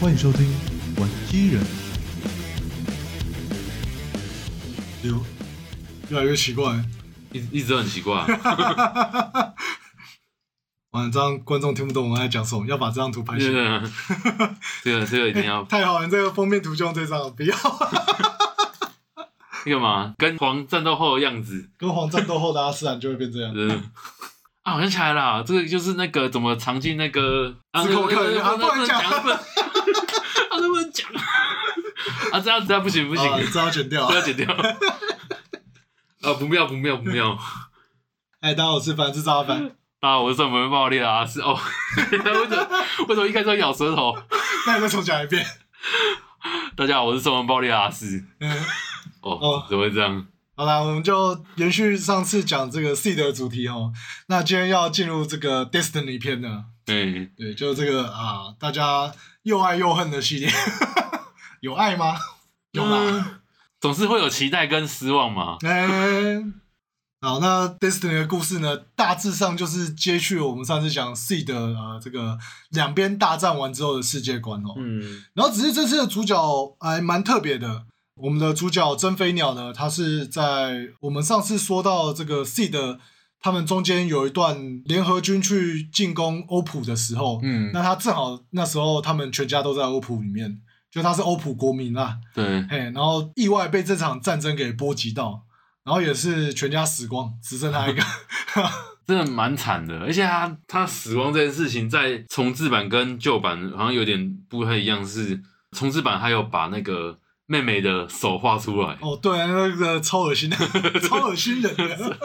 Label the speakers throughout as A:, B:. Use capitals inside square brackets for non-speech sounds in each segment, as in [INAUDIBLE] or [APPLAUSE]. A: 欢迎收听《玩机人》。
B: 有，越来越奇怪。
C: 一一直都很奇怪、 [LAUGHS]
B: 完了，这样观众听不懂我们在讲什么，要把这张图拍下
C: 真
B: 来。
C: 的，这个啊这个一定要
B: 太好了，你这个封面图就用这张，不要
C: 那个嘛，跟黄战斗后的样子， [LAUGHS]
B: 跟黄战斗后的阿斯兰就会变这样。
C: 嗯，啊，我想起来了，这个就是那个怎么藏进那个，啊，
B: 自控
C: 那个
B: 客
C: 那个
B: 啊不
C: 不
B: 能
C: 能
B: 讲
C: 讲，不能， [LAUGHS] 啊，能不能讲？ [LAUGHS] 啊，这样这样不行不行
B: 啊，，这要剪掉
C: 不。要剪掉， [LAUGHS] 啊，不妙不妙不妙，
B: 哎，大家好，我是反智渣凡。
C: 大家好，我是正文暴力的阿是哦， [LAUGHS] 为什么为什么一开始要咬舌头？ [LAUGHS]
B: 那你再重讲一遍。
C: 大家好，我是正文暴力的阿斯，
B: 嗯，
C: 哦
B: 哦，
C: 怎么会这样？
B: 好啦，我们就延续上次讲这个 C 的主题哦。那今天要进入这个 Destiny 篇了。
C: 嗯，
B: 对，就这个啊，大家又爱又恨的系列，有爱吗？有啦。
C: 嗯总是会有期待跟失望嘛。
B: 哎、好，那 Destiny 的故事呢，大致上就是接续我们上次讲 C 的呃这个两边大战完之后的世界观哦。
C: 嗯，
B: 然后只是这次的主角还蛮特别的，我们的主角真飞鸟呢，它是在我们上次说到这个 C 的。他们中间有一段联合军去进攻欧普的时候，
C: 嗯
B: 那他正好那时候他们全家都在欧普里面，就他是欧普国民啦，
C: 对，
B: 嘿，然后意外被这场战争给波及到，然后也是全家死光，只剩他一个。
C: 真的蛮惨的，而且他他死亡这件事情，在重置版跟旧版好像有点不太一样，是重置版还有把那个妹妹的手画出来，
B: 哦，对、啊，那个超恶心的，超恶心人的。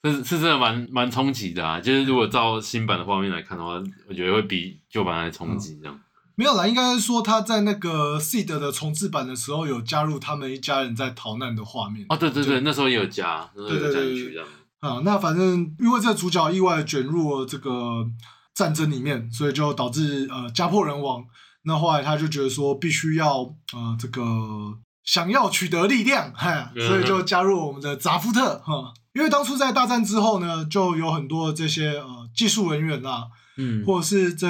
C: 这是是真的蛮蛮冲击的啊！就是如果照新版的画面来看的话，我觉得会比旧版还冲击这样。
B: 没有啦，应该是说他在那个 Seed 的重置版的时候，有加入他们一家人在逃难的画面。
C: 哦，对对对，那时候也有加，那时候也有加进去这样。
B: 啊，那反正因为这个主角意外卷入了这个战争里面，所以就导致呃家破人亡。那后来他就觉得说必须要呃这个想要取得力量，嗨，
C: 嗯哼
B: 所以就加入我们的扎夫特哈。因为当初在大战之后呢，就有很多这些呃技术人员啦、
C: 嗯，
B: 或者是这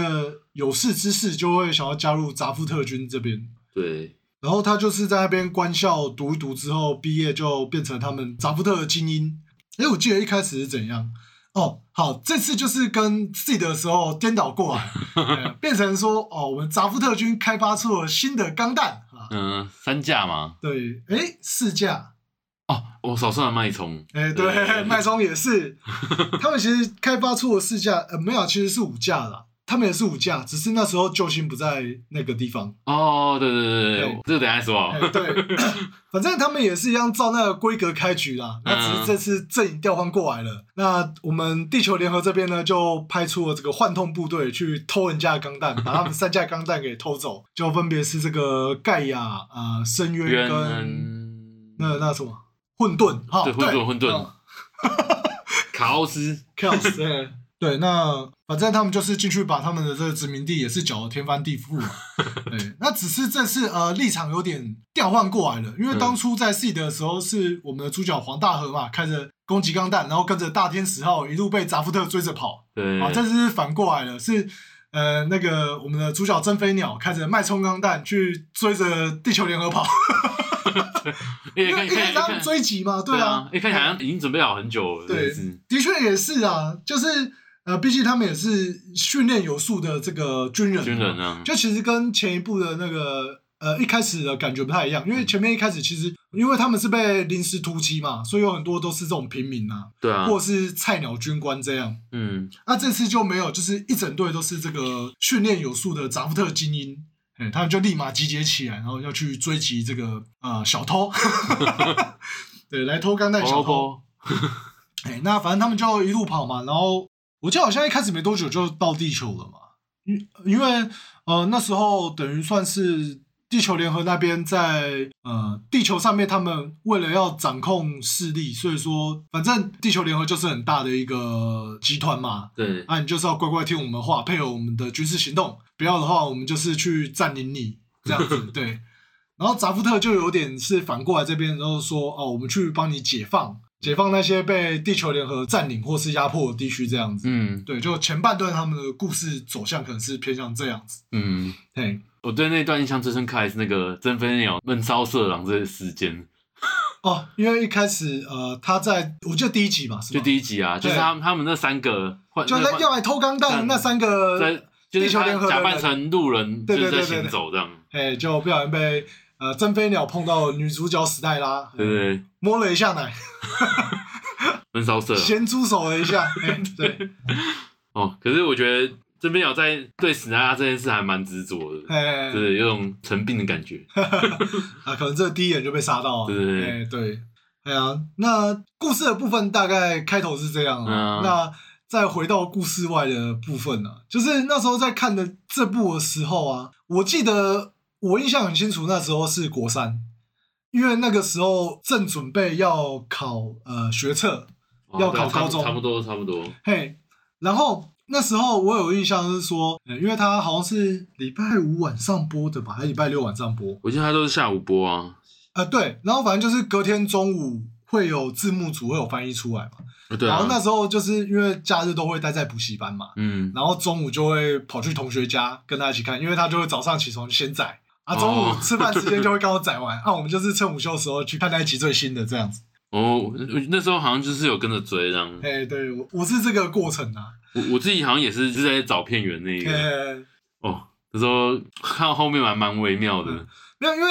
B: 有识之士就会想要加入扎夫特军这边。
C: 对，
B: 然后他就是在那边官校读一读之后，毕业就变成他们扎夫特的精英。哎，我记得一开始是怎样？哦，好，这次就是跟 C 的时候颠倒过来，哎变成说哦，我们扎夫特军开发出了新的钢弹啊，
C: 嗯、三架嘛。
B: 对，哎，四架，
C: 哦，我少算了脉冲。
B: 哎，对，麦松也是，他们其实开发出了四架，呃，没有，其实是五架啦，他们也是五架，只是那时候救星不在那个地方，
C: 哦，对对对对
B: 对
C: 对，这个等一下说。
B: 哎， [LAUGHS] 对，
C: [LAUGHS]
B: 反正他们也是一样照那个规格开局
C: 嗯
B: 啦。那只是这次阵营调换过来了。那我们地球联合这边呢，就派出了这个幻痛部队去偷人家的
C: [LAUGHS]
B: 钢弹，把他们三架钢弹给偷走，就分别是这个盖亚、啊、深
C: [LAUGHS]
B: 渊
C: 冤
B: 跟那那什么混沌哈，
C: 对，混沌混沌
B: 嗯，
C: [LAUGHS] 卡奥斯，
B: [LAUGHS] chaos，对。对，那反正他们就是进去把他们的这个殖民地也是搅得天翻地覆 [LAUGHS] 嘛。对，那只是这次呃立场有点调换过来了，因为当初在 C 的时候是我们的主角黄大河嘛，开着攻击钢弹，然后跟着大天使号一路被扎夫特追着跑
C: 对，
B: 啊，这次是反过来了，是呃那个我们的主角真飞鸟开着脉冲钢弹去追着地球联合跑，[LAUGHS]
C: 因
B: 因
C: 为
B: 为一
C: 看
B: 开始
C: 看
B: 他
C: 看
B: 们，追击嘛，对啊，
C: 一看起来好像已经准备好很久了，
B: 对
C: 真的是，
B: 的确也是啊，就是呃，毕竟他们也是训练有素的这个军人，
C: 军人，啊，
B: 就其实跟前一部的那个呃一开始的感觉不太一样，
C: 嗯
B: 因为前面一开始其实因为他们是被临时突击嘛，所以有很多都是这种平民啊，
C: 对啊，
B: 或是菜鸟军官这样。
C: 嗯，
B: 那这次就没有，就是一整队都是这个训练有素的扎夫特精英。哎，他们就立马集结起来，然后要去追击这个呃小
C: [LAUGHS]
B: 偷， [LAUGHS] 对，来偷钢弹小偷。
C: 哦，
B: 哎、那反正他们就一路跑嘛，然后我记得好像一开始没多久就到地球了嘛，因因为呃那时候等于算是地球联合那边在呃地球上面，他们为了要掌控势力，所以说反正地球联合就是很大的一个集团嘛，
C: 对，
B: 啊你就是要乖乖听我们话，配合我们的军事行动，不要的话我们就是去占领你这样子，对。然后扎夫特就有点是反过来这边，然后说哦，我们去帮你解放，解放那些被地球联合占领或是压迫的地区这样子。
C: 嗯
B: 对，就前半段他们的故事走向可能是偏向这样子。
C: 嗯，
B: 嘿，
C: 我对那段印象最深刻还是那个真飞鸟闷骚色狼这时间，
B: 哦，因为一开始呃，他在我记得第一集嘛，是
C: 就
B: 吧？
C: 第一集啊，就是
B: 对
C: 他们他们那三个换
B: 就
C: 那
B: 那
C: 换
B: 要来偷钢弹的那三
C: 在
B: 个，
C: 就是
B: 地球
C: 他
B: 联合的
C: 假
B: 人
C: 扮成路人，就
B: 对
C: 是
B: 对
C: 在
B: 对对
C: 行
B: 对
C: 走这样，
B: 哎，就不小心被呃真飞鸟碰到女主角史黛拉，嗯
C: 对不对？
B: 摸了一下奶，
C: 闷
B: [LAUGHS]
C: 骚色狼
B: 咸猪手了一
C: [LAUGHS]
B: 下，哎，对，
C: 哦，可是我觉得真飞鸟在对史奈拉这件事还蛮执着的，
B: 哎，
C: 就是有种成病的感觉。
B: 啊，可能这第一眼就被杀到了。
C: 对对对
B: 哎对，哎呀，那故事的部分大概开头是这样啊。
C: 嗯
B: 那再回到故事外的部分呢、啊，就是那时候在看的这部的时候啊，我记得我印象很清楚，那时候是国三，因为那个时候正准备要考呃学测，[LAUGHS]
C: 哦
B: 要
C: 对
B: 考
C: 差不
B: 高中
C: 差不多差不多。
B: 嘿，然后那时候我有印象是说，呃因为他好像是礼拜五晚上播的吧，还是礼拜六晚上播？
C: 我记得他都是下午
B: [LAUGHS]
C: 播啊，
B: 啊，对，然后反正就是隔天中午会有字幕组会有翻译出来嘛。
C: 啊对
B: 然
C: 啊
B: 后，那时候就是因为假日都会待在补习班嘛，
C: 嗯，
B: 然后中午就会跑去同学家跟他一起看，因为他就会早上起床先载啊，中
C: 哦
B: 午吃饭时间就
C: [LAUGHS]
B: 会刚好载完，啊，我们就是趁午休的时候去看那一集最新的这样子。
C: 哦，那时候好像就是有跟着追这样。
B: 哎，对我我是这个过程啊，
C: 我我自己好像也是是在找片源那一个
B: 哎，
C: 哦，那时候看后面蛮蛮微妙的，
B: 没有，因为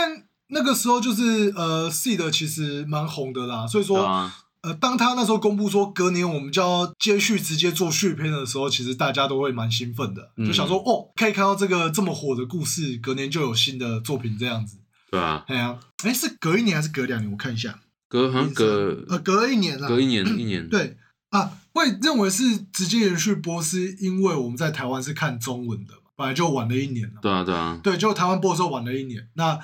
B: 那个时候就是呃，C 的其实蛮红的啦，所以
C: 对
B: 说。
C: 啊，
B: 呃，当他那时候公布说隔年我们就要接续直接做续篇的时候，其实大家都会蛮兴奋的，
C: 嗯
B: 就想说哦，可以看到这个这么火的故事，隔年就有新的作品这样子。
C: 对啊，
B: 哎呀、哎，是隔一年还是隔两年？我看一下，
C: 隔好像隔
B: 呃，隔一年啦。
C: 隔一年一年，
B: 嗯对啊，会认为是直接延续播，是因为我们在台湾是看中文的嘛，本来就晚了一年了。
C: 对啊对啊，
B: 对，就台湾播的时候晚了一年。那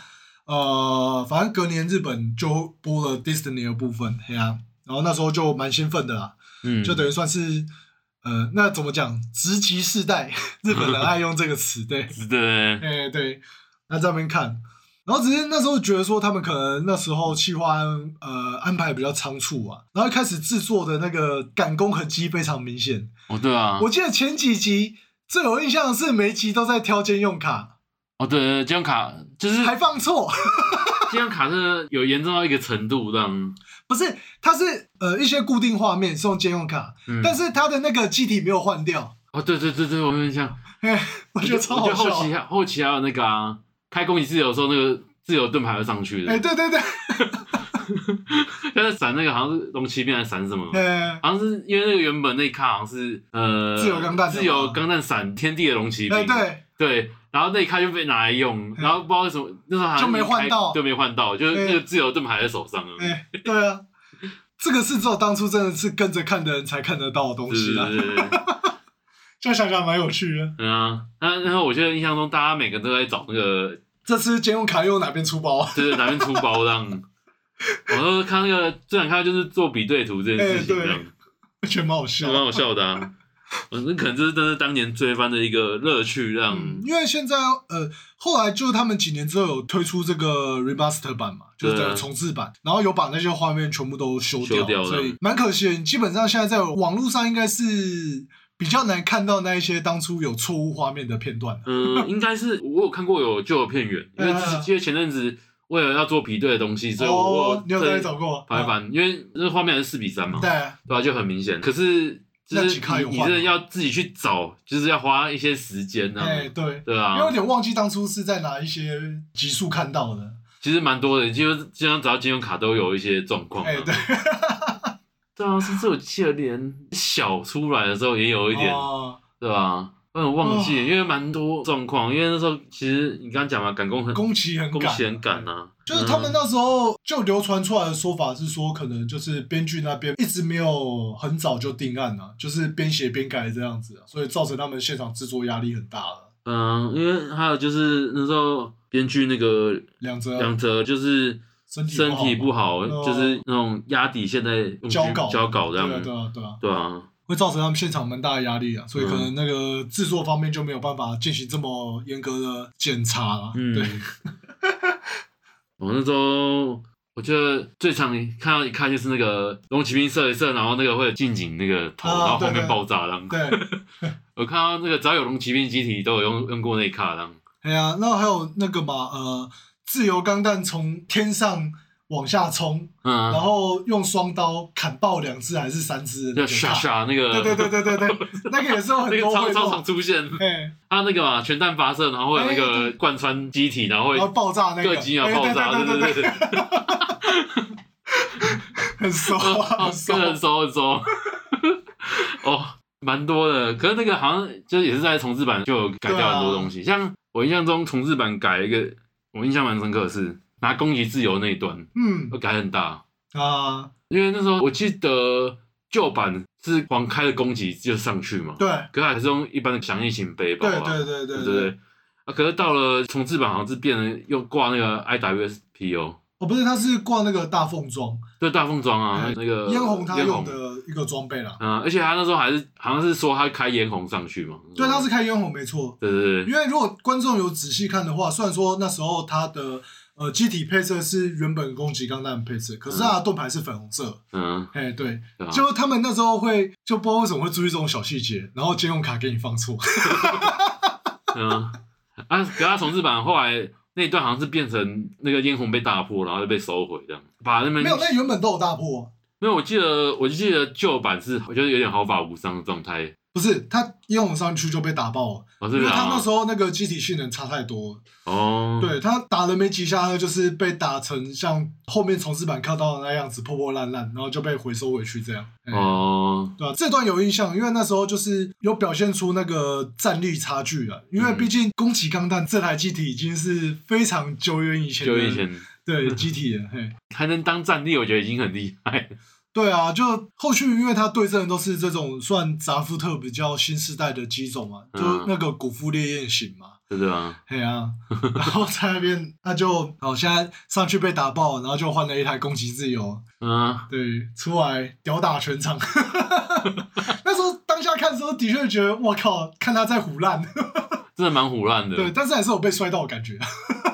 B: 呃，反正隔年日本就播了 Disney 的部分，哎呀、然后那时候就蛮兴奋的啦。
C: 嗯，
B: 就等于算是呃，那怎么讲？直击世代， [LAUGHS] 日本人爱用这个词，
C: [LAUGHS]
B: 对，
C: 是的，
B: 哎、对，那在那边看，然后只是那时候觉得说他们可能那时候企划安呃安排比较仓促啊，然后一开始制作的那个赶工痕迹非常明显。
C: 哦对啊，
B: 我记得前几集最有印象的是每一集都在挑兼用卡，
C: 哦对对，对这张卡就是
B: 还放错， [LAUGHS]
C: 这张卡是有严重到一个程度这样，
B: 不是，它是呃一些固定画面是用兼用卡，
C: 嗯
B: 但是它的那个机体没有换掉，
C: 哦对对对对，我有
B: [LAUGHS]
C: 印象，
B: 嘿，我觉得超好
C: 我觉得
B: 笑
C: 后。期还后期还有那个啊，开攻击自由的时候那个自由盾牌会上去的，
B: 哎、对对对，
C: 但是闪那个好像是龙骑兵还是闪什么？
B: 哎、
C: 好像是因为那个原本那一卡好像是呃
B: 自由钢弹的嘛
C: 自由钢弹闪天地的龙骑
B: 哎
C: 兵，
B: 对，
C: 对，然后那一卡就被拿来用，
B: 哎
C: 然后不知道为什么那时候好像
B: 就没换到
C: 就没换到，就是
B: 哎
C: 那个自由盾牌在手上了，
B: 哎、对啊，这个是只有当初真的是跟着看的人才看得到的东
C: 对
B: 西
C: 对
B: 啊，
C: 对对对。
B: 就想想蛮有趣的。
C: 嗯啊，那然后我记得印象中，大家每个人都在找那个
B: 这次兼用卡又哪边出包啊？ [LAUGHS]
C: 就是哪边出包让，我都看那个最想看到就是做比对图这件事情，
B: 哎
C: 这
B: 对
C: 样
B: 我觉得蛮好笑
C: 就
B: 的。
C: 蛮好笑的啊。我那可能这是真的是当年追番的一个乐趣，让
B: 嗯，因为现在呃，后来就是他们几年之后有推出这个 remaster 版嘛，就是
C: 对
B: 这
C: 啊
B: 个重置版，然后有把那些画面全部都修掉，
C: 修掉了
B: 所以蛮可惜的。你基本上现在在网络上应该是比较难看到那一些当初有错误画面的片段的。啊
C: 嗯，应该是我有看过有旧的片源，因为
B: 嗯
C: 之因为前阵子为了要做比对的东西，所以我
B: 哦，你有在找过？
C: 翻一翻，因为那画面还是四比三嘛，
B: 对啊
C: 对吧、就很明显。可是就
B: 那
C: 是
B: 几卡有
C: 你你
B: 换
C: 真的
B: 吗
C: 要自己去找，就是要花一些时间呢、
B: 哎、对。
C: 对啊，
B: 因为有点忘记当初是在哪一些集数看到的。
C: 其实蛮多的，就是经常只要金融卡都有一些状况、啊。
B: 哎、对，
C: 对啊，甚至我记得连小出来的时候也有一点，
B: 哦，
C: 对吧？我有点忘记，因为蛮多状况，因为那时候其实你刚刚讲嘛，赶工很
B: 宫崎很
C: 工
B: 赶，
C: 期很赶啊，
B: 就是他们
C: 嗯
B: 那时候就流传出来的说法是说，可能就是编剧那边一直没有很早就定案啊，就是边写边改这样子、啊，所以造成他们现场制作压力很大了。
C: 嗯，因为还有就是那时候编剧那个
B: 两则
C: 两则就是
B: 嗯身体不好
C: 身体不好，
B: 哦
C: 就是那种压底现在
B: 交稿
C: 交稿这
B: 对
C: 样，
B: 啊对啊对啊，
C: 对啊，
B: 会造成他们现场蛮大的压力啊，所以可能那个制作方面就没有办法进行这么
C: [LAUGHS]
B: 严格的检查了。
C: 嗯
B: 对，，
C: 我那时候我觉得最常看到一看就是那个龙骑兵射一射，然后那个会有近景那个头，
B: 啊
C: 然后后
B: 对
C: 面
B: 对
C: 爆炸这样。
B: 对，
C: 我看到那个只要有龙骑兵机体都有用用过那一卡这样。
B: 哎呀，那还有那个嘛，呃，自由钢弹从天上往下冲，然
C: 嗯，
B: 后用双刀砍爆两只还是三只的那
C: 那
B: 个
C: 傻
B: 卡，
C: 傻那个，
B: 对对对对对对，那个也是有很
C: 那个
B: 多
C: 超
B: 会
C: 超常
B: 弄，[LAUGHS]
C: 出现。
B: 哎，
C: 他那个嘛，全弹发射，然后会有那
B: 哎
C: 个贯穿机体，然后
B: 然后
C: 会
B: 爆炸那个，
C: 各几秒
B: 哎
C: 爆炸，
B: 对
C: 对
B: 对
C: 对对，
B: 很熟啊，
C: 哦 [LAUGHS]
B: 很，熟
C: 个，人收很收， [LAUGHS] 哦，蛮多的。可是那个好像就是也是在重置版就有改
B: 对啊
C: 掉很多东西，像我印象中重置版改了一个，我印象蛮深刻的是拿攻击自由那一段，
B: 嗯
C: 我改很大，
B: 啊，
C: 因为那时候我记得旧版是光开了攻击就上去嘛，
B: 对
C: 可是还是用一般的响应型背包
B: 对
C: 啊，
B: 对对
C: 对
B: 对
C: 不对，啊，可是到了重置版好像是变成又挂那个 IWSPO，
B: 哦不是，他是挂那个大凤装，
C: 对大凤装啊，
B: 哎
C: 那个
B: 嫣红他
C: 嫣
B: 用的一个装备啦，
C: 嗯，而且他那时候还是好像是说他开嫣红上去嘛。
B: 对，他是开嫣红没错，
C: 对对
B: 因
C: 对，
B: 为如果观众有仔细看的话，虽然说那时候它的呃机体配色是原本攻击钢弹的配色，可是它的盾牌是粉红色。
C: 嗯，
B: 哎、对，
C: 对啊
B: 就他们那时候会就不知道为什么会注意这种小细节，然后借用卡给你放错。
C: 嗯啊，可他重置版后来那一段好像是变成那个嫣红被打破，然后就被收回这样，把那边
B: 没有，那原本都有大破，啊
C: 没有，我记得我记得旧版是我觉得有点毫发无伤的状态，
B: 不是他一用上去就被打爆了，
C: 我、哦、
B: 因
C: 是
B: 为
C: 不是
B: 他
C: 啊
B: 那时候那个机体性能差太多了。
C: 哦，
B: 对他打了没几下，他就是被打成像后面重置版看到的那样子破破烂烂，然后就被回收回去这样。哎
C: 哦，
B: 对啊，这段有印象，因为那时候就是有表现出那个战力差距了。因
C: 嗯
B: 为毕竟宫崎钢弹这台机体已经是非常久远以前的，
C: 就以前 [LAUGHS]
B: 对机体了。嘿，
C: 还能当战力，我觉得已经很厉害了。 [LAUGHS]
B: 对啊，就后续因为他对阵的都是这种算扎夫特比较新时代的机种嘛，就
C: 嗯
B: 那个古夫烈焰型嘛。
C: 对对啊，
B: 嘿啊，然后在那边他就哦，现在上去被打爆，然后就换了一台攻击自由，
C: 嗯，
B: 对，出来屌打全场。那时候当下看的时候，的确觉得我靠，看他在胡乱，
C: 真的蛮胡乱的。
B: 对，但是还是有被摔到的感觉。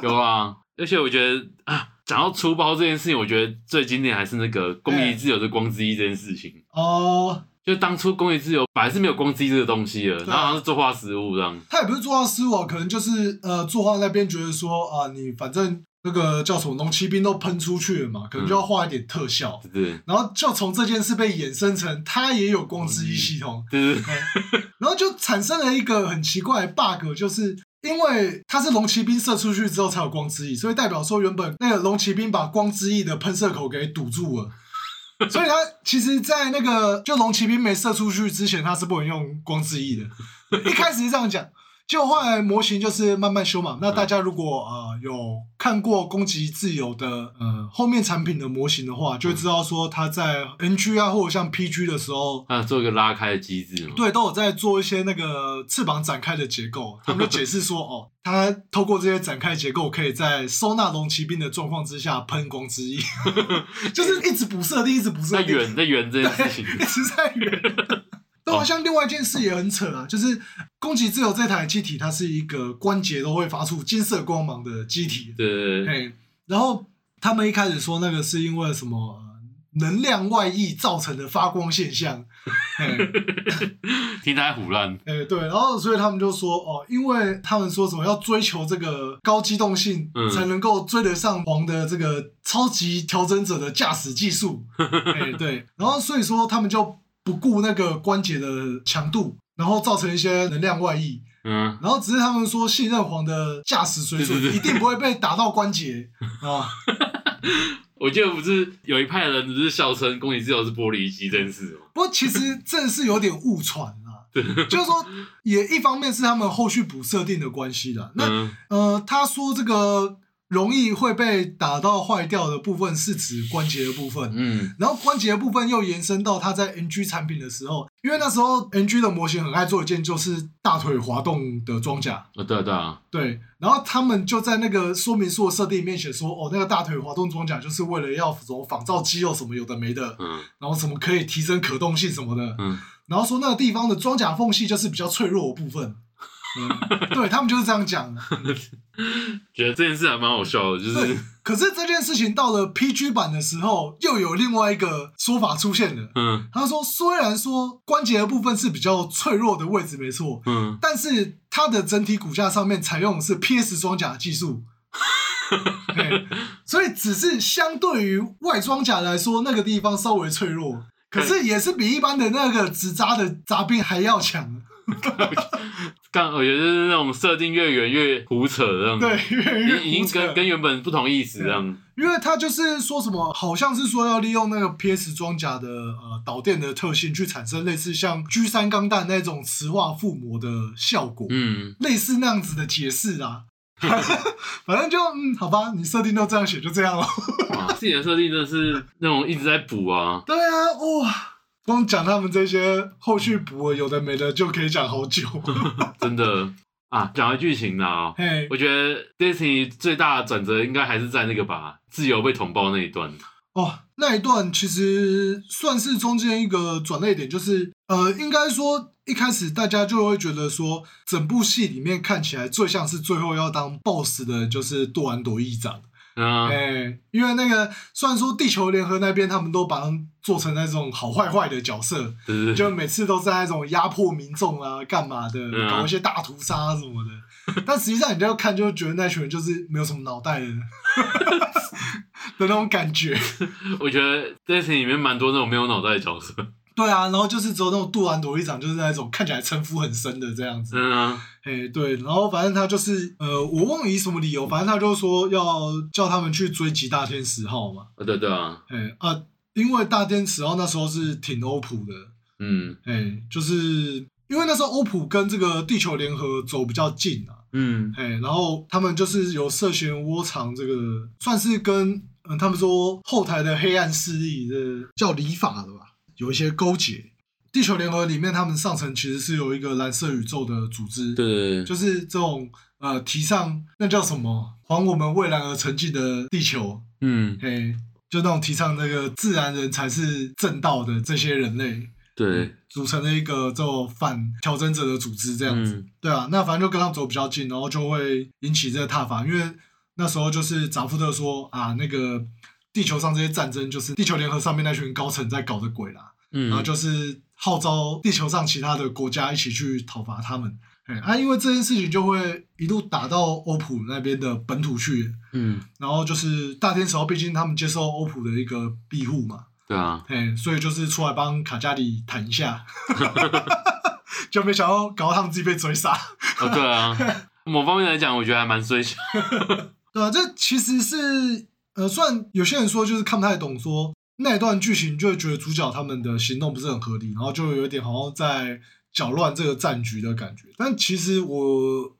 C: 有啊，而且我觉得啊，讲到粗包这件事情，我觉得最经典还是那个公益自由的光之一这件事情。
B: 哦，
C: 就当初公益自由本来是没有光之一这个东西的，
B: 啊
C: 然后好像是作画实物这样。
B: 他也不是做到失误啊，可能就是呃，作画那边觉得说啊，你反正那个叫什么龙骑兵都喷出去了嘛，可能就要画一点特效，
C: 对
B: 然后就从这件事被衍生成他也有光之一系统，
C: 对对，
B: [LAUGHS] 然后就产生了一个很奇怪的 bug，就是因为它是龙骑兵射出去之后才有光之翼，所以代表说原本那个龙骑兵把光之翼的喷射口给堵住了。所以它其实，在那个就龙骑兵没射出去之前，它是不能用光之翼的。一开始是这样讲，就后来模型就是慢慢修嘛。那大家如果呃有看过攻击自由的呃后面产品的模型的话，就会知道说它在 NG 啊或者像 PG 的时候，
C: 那啊做一个拉开的机制嘛。
B: 对，都有在做一些那个翅膀展开的结构，他们就解释说，哦，它透过这些展开结构，可以在收纳龙骑兵的状况之下喷光之翼，就是一直补射力，一直补射
C: 在
B: 力，
C: 远在远这件事
B: [LAUGHS]
C: 情，
B: 一直在远。对啊，像另外一件事也很扯啊，就是攻击自由这台机体，它是一个关节都会发出金色光芒的机体，
C: 对对对，
B: 嘿，然后他们一开始说那个是因为什么呃能量外溢造成的发光现象，嘿。
C: 听他胡乱，
B: 哎、对，然后所以他们就说哦，因为他们说什么要追求这个高机动性，
C: 嗯
B: 才能够追得上王的这个超级调整者的驾驶技
C: [LAUGHS]
B: 术。哎、对，然后所以说他们就不顾那个关节的强度，然后造成一些能量外溢。
C: 嗯，
B: 然后只是他们说信任黄的驾驶水准
C: 对对对
B: 一定不会被打到关节啊。
C: 我记得不是有一派人只是笑称公益自由是玻璃机这件事吗？
B: 不过其实这是有点误传啊，就是说也一方面是他们后续补设定的关系啦。那、
C: 嗯，
B: 呃，他说这个容易会被打到坏掉的部分是指关节的部分，
C: 嗯，
B: 然后关节的部分又延伸到他在 NG 产品的时候，因为那时候 NG 的模型很爱做一件就是大腿滑动的装甲，
C: 哦对啊对啊，
B: 对，然后他们就在那个说明书的设定里面写说，哦，那个大腿滑动装甲就是为了要什么仿造肌肉什么有的没的，
C: 嗯
B: 然后什么可以提升可动性什么的，
C: 嗯，
B: 然后说那个地方的装甲缝隙就是比较脆弱的部分。嗯对他们就是这样讲的。
C: 觉得这件事还蛮好笑的，就是
B: 对可是这件事情到了 PG 版的时候，又有另外一个说法出现了。
C: 嗯
B: 他说，虽然说关节的部分是比较脆弱的位置，没错，
C: 嗯，
B: 但是它的整体骨架上面采用的是 PS 装甲技
C: [LAUGHS]
B: 术。嘿所以只是相对于外装甲来说，那个地方稍微脆弱，可是也是比一般的那个直扎的杂病还要强。
C: 刚我觉得哦就是那种设定越远越胡扯这样，
B: 对，，越来越
C: 嗯已已经
B: 胡扯
C: 跟跟原本不同意思这样，
B: 因为他就是说什么，好像是说要利用那个 PS 装甲的呃导电的特性，去产生类似像 G 三钢弹那种磁化附魔的效果，
C: 嗯，
B: 类似那样子的解释啊。 [LAUGHS] 反正就嗯，好吧，你设定都这样写，就这样了。
C: 哇，自己的设定真的是那种一直在补啊，
B: [LAUGHS] 对啊，哇，光讲他们这些后续补了有的没的，就可以讲好久。 [LAUGHS]
C: 真的啊，讲回剧情啦、哦。
B: 嘿，
C: 我觉得 Destiny 最大的转折应该还是在那个吧，自由被捅爆那一段。
B: 哦，那一段其实算是中间一个转捩点，就是呃，应该说一开始大家就会觉得说，整部戏里面看起来最像是最后要当 BOSS 的就是杜兰朵议长，哎、
C: 嗯，
B: 因为那个虽然说地球联合那边他们都把他们做成那种好坏坏的角色，
C: 就是
B: 就每次都在那种压迫民众啊、干嘛的，
C: 嗯啊
B: 搞一些大屠杀什么的。但实际上，你这样看就会觉得那群人就是没有什么脑袋的 [LAUGHS] 的那种感觉。
C: 我觉得 Destiny 里面蛮多那种没有脑袋的角色。
B: 对啊，然后就是只有那种杜兰朵一长，就是那种看起来城府很深的这样子。
C: 嗯啊，
B: 哎、对，然后反正他就是呃，我忘了以什么理由，反正他就说要叫他们去追击大天使号嘛。
C: 哦对对啊，
B: 哎、啊，因为大天使号那时候是挺欧普的，
C: 嗯
B: 哎、就是因为那时候欧普跟这个地球联合走比较近啊，
C: 嗯
B: 哎、然后他们就是有涉嫌窝藏这个，算是跟嗯他们说后台的黑暗势力的叫理法的吧，有一些勾结。地球联合里面，他们上层其实是有一个蓝色宇宙的组织，
C: 对，对对，
B: 就是这种呃提倡那叫什么还我们蔚蓝而沉寂的地球，
C: 嗯
B: 哎、就那种提倡那个自然人才是正道的这些人类，
C: 对，
B: 组成了一个就反挑战者的组织这样子。
C: 嗯
B: 对啊，那反正就跟他们走比较近，然后就会引起这个挞伐，因为那时候就是扎夫特说啊，那个地球上这些战争就是地球联合上面那群高层在搞的鬼啦，然后
C: 嗯，
B: 就是号召地球上其他的国家一起去讨伐他们。哎，啊，因为这件事情就会一路打到欧普那边的本土去，
C: 嗯，
B: 然后就是大天使号，毕竟他们接受欧普的一个庇护嘛，
C: 对啊，
B: 哎，所以就是出来帮卡加里谈一
C: [LAUGHS]
B: 下， [LAUGHS] 就没想到搞到他们自己被追杀。
C: 哦
B: [LAUGHS]
C: 对啊，某方面来讲，我觉得还蛮衰小。
B: 对啊，这其实是呃，算有些人说就是看不太懂说，那一段剧情就会觉得主角他们的行动不是很合理，然后就有一点好像在搅乱这个战局的感觉。但其实我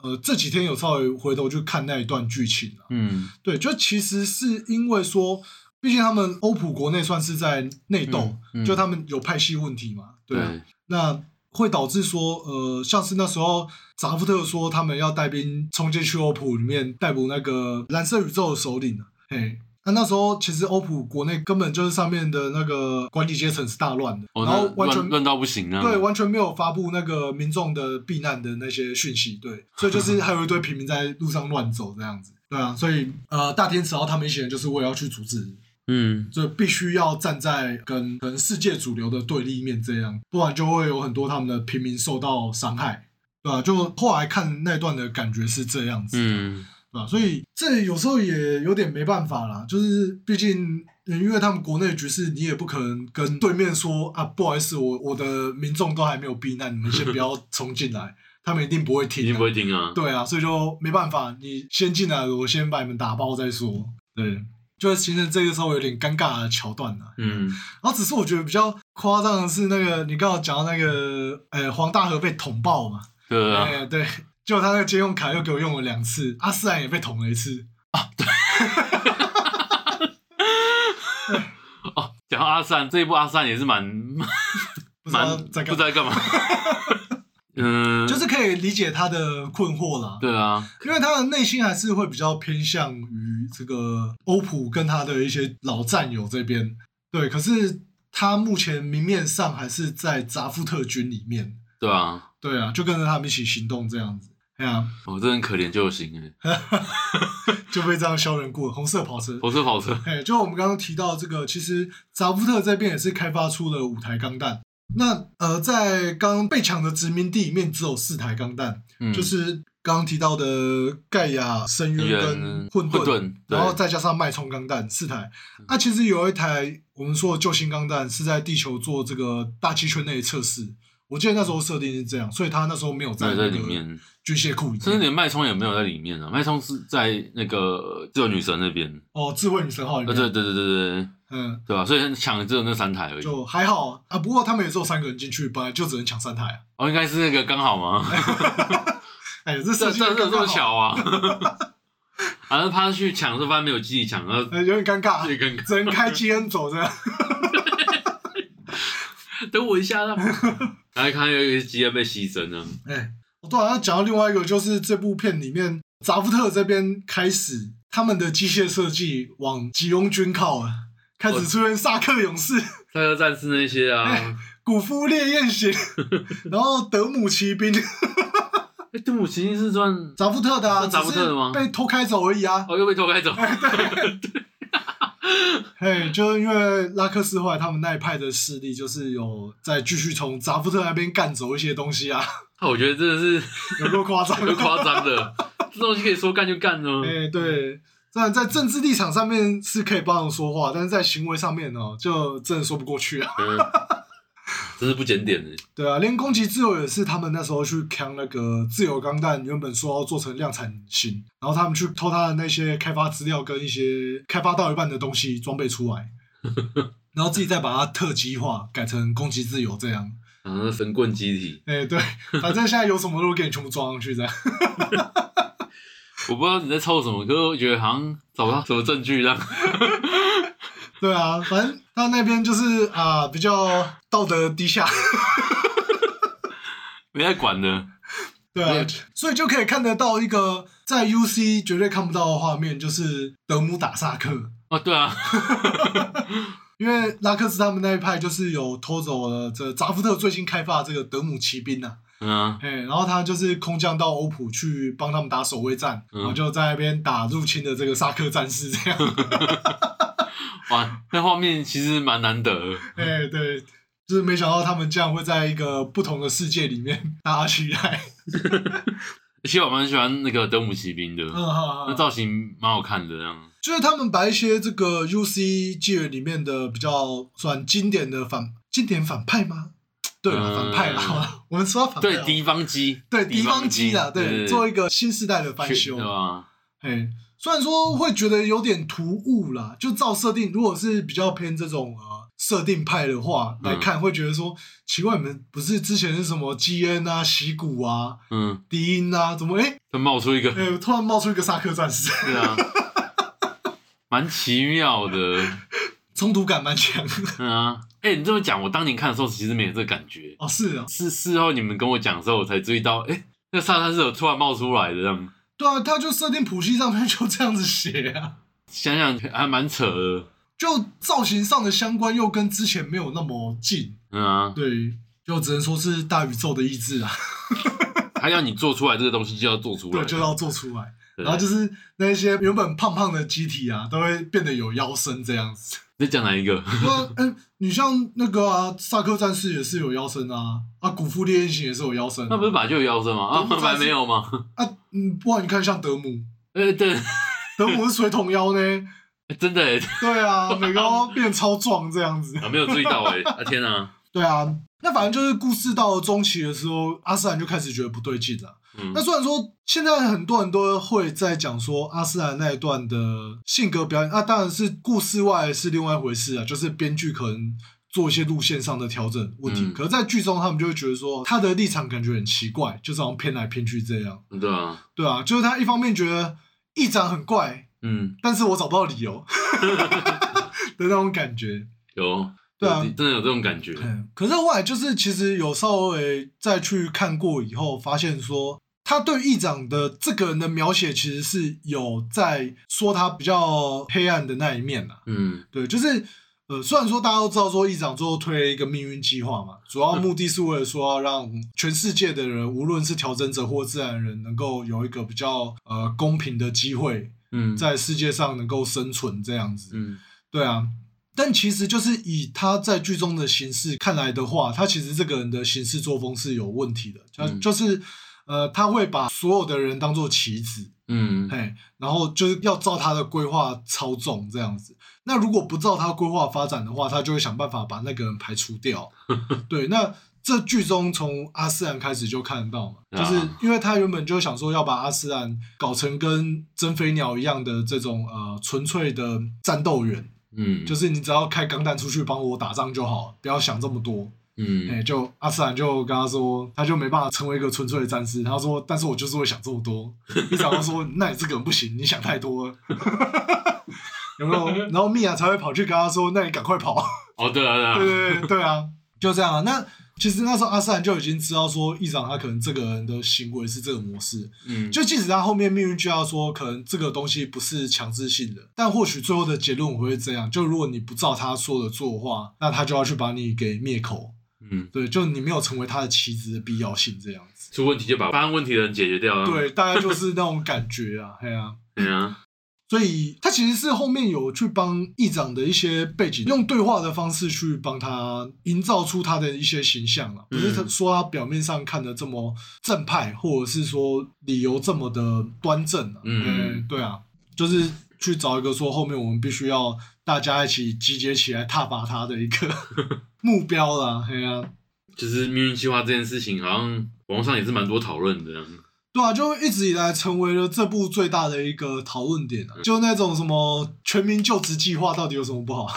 B: 呃这几天有稍微回头去看那一段剧情啊，
C: 嗯
B: 对，就其实是因为说，毕竟他们欧普国内算是在内斗，
C: 嗯嗯
B: 就他们有派系问题嘛，对啊、
C: 对，
B: 那会导致说，呃，像是那时候扎夫特说他们要带兵冲进去欧普里面逮捕那个蓝色宇宙的首领啊，嘿。那、那时候其实欧普国内根本就是上面的那个管理阶层是大乱的，
C: 哦
B: 然后
C: 那
B: 完
C: 乱
B: 全
C: 乱到不行啊。
B: 对完全没有发布那个民众的避难的那些讯息，对，所以就是还有一堆平民在路上乱走这样子，对啊，所以呃大天使号他们一行人就是为了要去阻止
C: 嗯
B: 就必须要站在跟跟世界主流的对立面这样，不然就会有很多他们的平民受到伤害，对吧、就后来看那段的感觉是这样子，
C: 嗯
B: 对吧、啊所以这有时候也有点没办法啦，就是毕竟呃因为他们国内局势，你也不可能跟对面说啊，不好意思，我我的民众都还没有避难，你们先不要冲进来，他们一定不会
C: [LAUGHS] 一
B: 听、
C: 定
B: 啊
C: 不，会听啊。
B: 对啊，所以就没办法，你先进来了，我先把你们打爆再说。对，就会形成这个稍微有点尴尬的桥段啊。
C: 嗯，
B: 然后只是我觉得比较夸张的是那个你刚好讲到那个，呃，黄大河被捅爆嘛，
C: 对
B: 哎、
C: 啊，
B: 对，就他那个借用卡又给我用了两次，阿斯兰也被捅了一次，
C: 哦，讲到阿三这一部，阿三也是蛮
B: 不知道
C: 蛮
B: 在
C: 不
B: 干
C: 知道
B: 嘛，
C: 在干嘛。
B: [LAUGHS]
C: 嗯，
B: 就是可以理解他的困惑啦。
C: 对啊，
B: 因为他的内心还是会比较偏向于这个欧普跟他的一些老战友这边，对。可是他目前明面上还是在扎夫特军里面，
C: 对啊，
B: 对啊，就跟着他们一起行动这样子。哎呀，
C: 哦，这很可怜救星哎，
B: 就被这样削人过红色跑车。
C: 火车跑车，
B: 哎，就我们刚刚提到这个，其实扎夫特这边也是开发出了五台钢弹。那呃，在刚被抢的殖民地里面，只有四台钢弹，
C: 嗯，
B: 就是刚刚提到的盖亚、深渊跟
C: 混
B: 混沌，
C: 沌，对嗯
B: 然后再加上脉冲钢弹四台。那、其实有一台我们说的救星钢弹是在地球做这个大气圈内的测试，我记得那时候设定是这样，所以他那时候没有在
C: 对
B: 那
C: 在
B: 个
C: 里面，
B: 军械库里
C: 甚至
B: 面
C: 连脉冲也没有在里面啊，脉冲是在那个自由女神那边，
B: 哦，智慧女神号里
C: 呃，
B: 面，
C: 对对对对对
B: 嗯，
C: 对吧？啊所以抢的只有那三台而已，
B: 就还好啊。不过他们也只有三个人进去，本来就只能抢三台啊。
C: 哦，应该是那个刚
B: [LAUGHS]
C: 好吗？
B: 哎，这
C: [LAUGHS] 这
B: 设计
C: 这这
B: 有点
C: 这么
B: 尴尬
C: 巧啊！ [LAUGHS] 反正他去抢，这番没有记忆抢，然后
B: 呃， [LAUGHS] 有点尴
C: 自己
B: 尬，
C: 跟 [LAUGHS]
B: 只能开基恩走着。
C: 等我一下啦。然后看有一个基恩被牺牲了，
B: 哎，我突然要讲到另外一个，就是这部片里面扎夫特这边开始他们的机械设计往吉翁军靠了，开
C: 哦
B: 始出现萨克勇士、 [LAUGHS]
C: 赛车战士那些啊，哎
B: 古夫烈焰
C: [LAUGHS]
B: 型，然后德姆骑兵，
C: 哎杜姆奇是算
B: 扎夫特的啊，
C: 是扎夫特的吗
B: 只是被偷开走而已啊。
C: 哦又被偷开走，
B: 嘿，就是因为拉克斯后来他们那一派的势力，就是有在继续从扎夫特那边干走一些东西啊，
C: 我觉得真的是
B: 有够夸张，
C: 有夸张的，这东西可以说干就干哦。
B: 哎、对，虽然在政治立场上面是可以帮人说话，但是在行为上面哦，就真的说不过去啊。 [LAUGHS]
C: 嗯真是不检点的，
B: 对啊，连攻击自由也是他们那时候去扛那个自由钢弹，原本说要做成量产型，然后他们去偷他的那些开发资料跟一些开发到一半的东西装备出来，然后自己再把它特级化，改成攻击自由这样。
C: 然后啊神棍机体，
B: 哎、对，反正现在有什么都给你全部装上去这样。 [LAUGHS]
C: 我不知道你在抽什么，可是我觉得好像找不到什么证据让。
B: 对啊，反正他那边就是啊、比较道德低下。
C: 没在管的，
B: 对
C: 没
B: 啊
C: 有，
B: 所以就可以看得到一个在 UC 绝对看不到的画面，就是德姆打萨克，
C: 哦，对啊， [LAUGHS]
B: 因为拉克斯他们那一派就是有偷走了这扎夫特最新开发的这个德姆骑兵呐、
C: 嗯啊，
B: 啊，哎，然后他就是空降到欧普去帮他们打守卫战，
C: 嗯
B: 然后就在那边打入侵的这个萨克战士
C: [LAUGHS]
B: 这样，
C: 哇，那画面其实蛮难得的，
B: 哎，对。就是没想到他们这样会在一个不同的世界里面打起来，
C: 其实我蛮喜欢那个德姆骑兵的，
B: 嗯，好
C: 那
B: 好
C: 造型蛮好看的，这样，
B: 就是他们把一些这个 U C 界里面的比较算经典的反经典反派吗？对啦，
C: 嗯
B: 反派啦，好吧我们说反派
C: 对
B: 啦，
C: 敌方
B: 哦
C: 机，
B: 对敌方机啦，
C: 对
B: 对，
C: 对
B: 做一个新时代的翻
C: 去
B: 修
C: 对，吧？
B: 哎，虽然说会觉得有点突兀啦，就照设定，如果是比较偏这种呃设定派的话
C: 嗯
B: 来看，会觉得说奇怪，你们不是之前是什么基恩啊、喜谷啊、
C: 嗯，
B: 迪因啊，怎么哎
C: 他冒出一个，
B: 哎突然冒出一个萨克战士， [LAUGHS]
C: 对啊，蛮奇妙的，
B: 冲突感蛮强的
C: 嗯啊，哎，你这么讲，我当年看的时候其实没有这个感觉，
B: 哦，是啊，
C: 是事后你们跟我讲的时候，我才注意到，哎，那沙滩是有突然冒出来的，这样
B: 对啊，他就设定谱系上面就这样子写啊，
C: 想想还蛮扯的，
B: 就造型上的相关又跟之前没有那么近，
C: 嗯啊，
B: 对，就只能说是大宇宙的意志啊，
C: 他要你做出来这个东西就要做出来，
B: 对，就要做出来。
C: 啊对啊
B: 然后就是那些原本胖胖的机体啊，都会变得有腰身这样子。 [LAUGHS]
C: 你在讲哪一个？
B: 那哎、你像那个啊，萨克战士也是有腰身啊，啊，古夫烈焰型也是有腰身、啊。
C: 那不是本来就有腰身吗？啊，
B: 都
C: 本
B: 不在
C: 来没有吗？
B: 啊，嗯，不然你看像德姆，
C: 呃，对，
B: 德姆是水桶腰呢，
C: 真的
B: [LAUGHS]
C: 耶，
B: 对
C: [LAUGHS]
B: 啊，每个都变超壮这样子。
C: 啊，没有注意到
B: 欸
C: 哎，啊天啊，
B: 对啊，那反正就是故事到了中期的时候，阿斯兰就开始觉得不对劲了。
C: 嗯
B: 那，虽然说现在很多人都会在讲说阿斯兰那一段的性格表演，那、当然是故事外是另外一回事啊，就是编剧可能做一些路线上的调整问题。
C: 嗯
B: 可是，在剧中他们就会觉得说他的立场感觉很奇怪，就是好像偏来偏去这样。
C: 对啊，
B: 对啊，就是他一方面觉得议长很怪，
C: 嗯，
B: 但是我找不到理由 [LAUGHS] 的那种感觉。
C: 有，
B: 对啊
C: 有真的有这种感觉，
B: 嗯， [CLEARS THROAT] 可是后来就是其实有稍微再去看过以后，发现说他对议长的这个人的描写其实是有在说他比较黑暗的那一面啊。
C: 嗯，
B: 对，就是呃，虽然说大家都知道说议长最后推了一个命运计划嘛，主要目的是为了说要让全世界的人，无论是调整者或自然人，能够有一个比较呃公平的机会，
C: 嗯，
B: 在世界上能够生存这样子。
C: 嗯
B: 对啊，但其实就是以他在剧中的形式看来的话，他其实这个人的行事作风是有问题的，就、
C: 嗯
B: 就是呃，他会把所有的人当做棋子，
C: 嗯
B: 嘿，然后就是要照他的规划操纵这样子。那如果不照他规划发展的话，他就会想办法把那个人排除
C: [LAUGHS]
B: 掉。对，那这剧中从阿斯兰开始就看得到嘛，就是
C: 啊
B: 因为他原本就想说要把阿斯兰搞成跟真飞鸟一样的这种呃纯粹的战斗员，
C: 嗯，
B: 就是是你只要开钢弹出去帮我打仗就好，不要想这么多。哎、
C: 嗯
B: 就阿斯兰就跟他说，他就没办法成为一个纯粹的战士。他说，但是我就是会想这么多。一长就说，那你这个人不行，你想太多了。 [LAUGHS] 有没有？然后米娅才会跑去跟他说，那你赶快跑。
C: 哦对
B: 对
C: 啊对啊，
B: 对对对啊，就这样啊。那其实那时候阿斯兰就已经知道说，议长他可能这个人的行为是这个模式，
C: 嗯
B: 就即使他后面命运就要说，可能这个东西不是强制性的，但或许最后的结论我会这样：就如果你不照他说的做的话，那他就要去把你给灭口。
C: 嗯
B: 对，就你没有成为他的棋子的必要性，这样子。
C: 出问题就把发生问题的人解决掉啊，
B: 对，大概就是那种感觉啊，嘿啊。
C: 对啊，
B: 所以他其实是后面有去帮议长的一些背景，用对话的方式去帮他营造出他的一些形象了。不是他
C: 嗯
B: 说他表面上看的这么正派，或者是说理由这么的端正啊。
C: 嗯
B: 嗯，对啊，就是去找一个说后面我们必须要大家一起集结起来踏伐他的一
C: [LAUGHS]
B: 个目标啦。嘿啊，
C: 就是命运计划这件事情，好像网络上也是蛮多讨论的啊，
B: 对啊，就一直以来成为了这部最大的一个讨论点
C: 嗯
B: 啊。就那种什么全民就职计划到底有什么不好？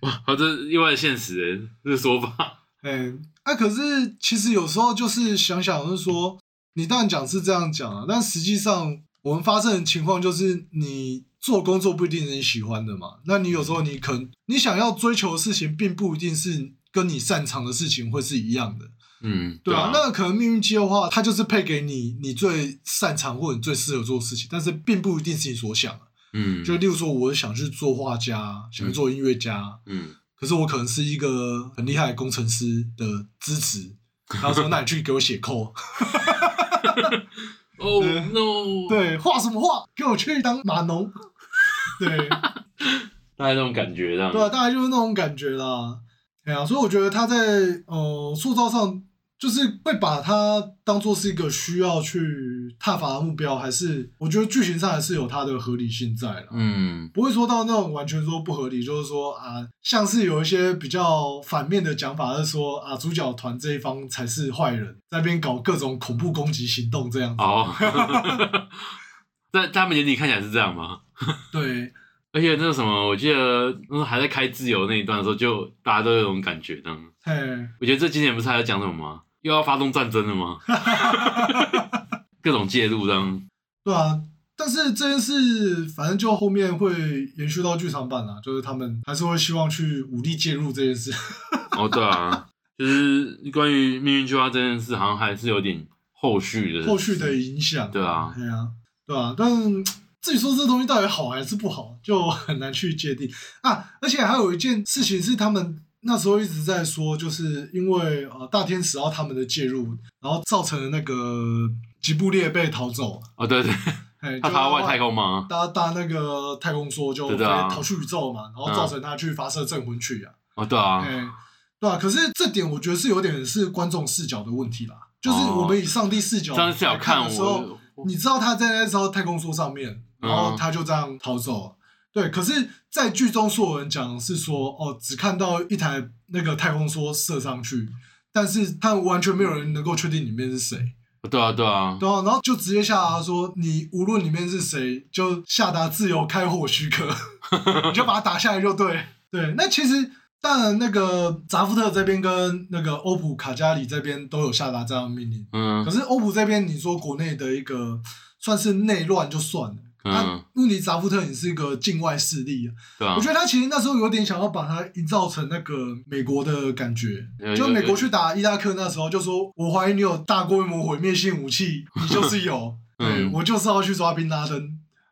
C: 哇，啊这意外的现实欸，这个
B: [LAUGHS]
C: 说法，
B: 哎，啊，可是其实有时候就是想想，就是说，你当然讲是这样讲啊，但实际上我们发生的情况就是，你做工作不一定是你喜欢的嘛。那你有时候你可能你想要追求的事情，并不一定是跟你擅长的事情会是一样的，
C: 嗯
B: 对啊。
C: 啊，
B: 那可能命运计划的话，它就是配给你你最擅长或者你最适合做的事情，但是并不一定是你所想的。啊
C: 嗯
B: 就例如说，我想去做画家，想去做音乐家，
C: 嗯
B: 可是我可能是一个很厉害的工程师的支 [LAUGHS] 持。他说：“那你去给我写扣，
C: 哦
B: 对 [LAUGHS]
C: no，，
B: 对，画什么画？给我去当码 [LAUGHS] 农。”对，
C: 大概那种感觉这样，
B: 对啊，大概就是那种感觉啦。对啊，所以我觉得他在呃塑造上，就是会把它当做是一个需要去踏伐的目标，还是我觉得剧情上还是有它的合理性在啦。
C: 嗯
B: 不会说到那种完全说不合理，就是说啊，像是有一些比较反面的讲法，是说啊，主角团这一方才是坏人，在那边搞各种恐怖攻击行动这样子。
C: 哦， [LAUGHS] 在他们眼里看起来是这样吗？
B: 对，
C: 而且那个什么，我记得那时候还在开自由那一段的时候，就大家都有种感觉这样。
B: 嘿，
C: 我觉得这今年不是还在讲什么吗？又要发动战争了吗？ [LAUGHS] 各种介入这样。
B: 对啊。但是这件事，反正就后面会延续到剧场版啦、就是他们还是会希望去武力介入这件事。
C: 哦，对啊，就是关于命运计划这件事，好像还是有点后续的。
B: 后续的影响。
C: 对啊
B: 对啊，对啊。但至于说这东西到底好还是不好，就很难去界定啊。而且还有一件事情是，他们那时候一直在说，就是因为呃大天使要他们的介入，然后造成了那个吉布列被逃走，
C: 哦，对对，
B: 哎，
C: 他
B: 就
C: 逃到外太。空吗？
B: 搭搭那个太空梭就
C: 对
B: 飞
C: 的啊
B: 逃去宇宙嘛，然后造成他去发射镇魂去啊，
C: 哦，对啊，
B: 哎、对啊，可是这点我觉得是有点是观众视角的问题啦，就是我们以上帝视角
C: 哦上次有
B: 来看
C: 看
B: 的时候，
C: 我，嗯
B: 你知道他在那艘太空梭上面，然后他就这样逃走了。对，可是，在剧中所有人讲的是说，哦，只看到一台那个太空梭射上去，但是他完全没有人能够确定里面是谁。
C: 对啊，对啊，
B: 对啊，然后就直接下达说，你无论里面是谁，就下达自由开火许可， [LAUGHS] 你就把他打下来就对。对，那其实当然，那个扎夫特这边跟那个欧普卡加里这边都有下达这样的命令，
C: 嗯
B: 可是欧普这边，你说国内的一个算是内乱就算了，
C: 嗯
B: 啊，问题扎夫特也是一个境外势力啊。
C: 对啊
B: 我觉，得他其实那时候有点想要把它营造成那个美国的感觉
C: 有，
B: 就美
C: 有
B: 国去打伊拉克那时候就说，我怀疑你有大规模毁灭性武
C: [LAUGHS]
B: 器，你就是有，对
C: 嗯
B: 我就是要去抓宾拉登，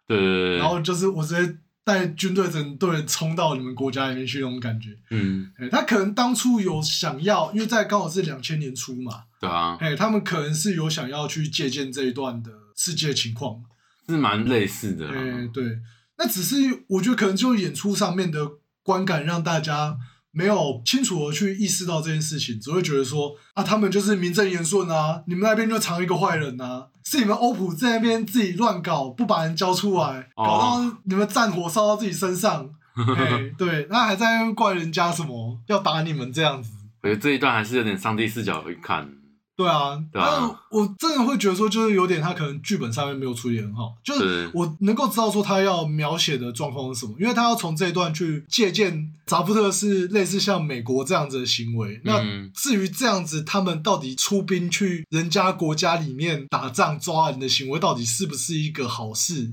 C: 对对对对，
B: 然后就是我直接。带军队整队冲到你们国家里面去那种感觉。
C: 嗯，
B: 哎，他可能当初有想要，因为在刚好是两千年初嘛，
C: 对啊，
B: 哎，他们可能是有想要去借鉴这一段的世界情况。
C: 是蛮类似的啊。
B: 哎，对，那只是我觉得可能就演出上面的观感让大家没有清楚的去意识到这件事情，只会觉得说啊，他们就是名正言顺啊，你们那边就藏一个坏人啊，是你们欧普在那边自己乱搞，不把人交出来，
C: 哦
B: 搞到你们战火烧到自己身
C: [LAUGHS]
B: 上。哎，对，那还在那边怪人家什么要打你们这样子。
C: 我觉得这一段还是有点上帝视角去看。
B: 对啊，
C: 对啊
B: 但我真的会觉得说，就是有点他可能剧本上面没有处理很好，就是
C: 对
B: 我能够知道说他要描写的状况是什么，因为他要从这一段去借鉴扎夫特是类似像美国这样子的行为。那
C: 嗯
B: 至于这样子，他们到底出兵去人家国家里面打仗抓人的行为，到底是不是一个好
C: [LAUGHS]
B: 事？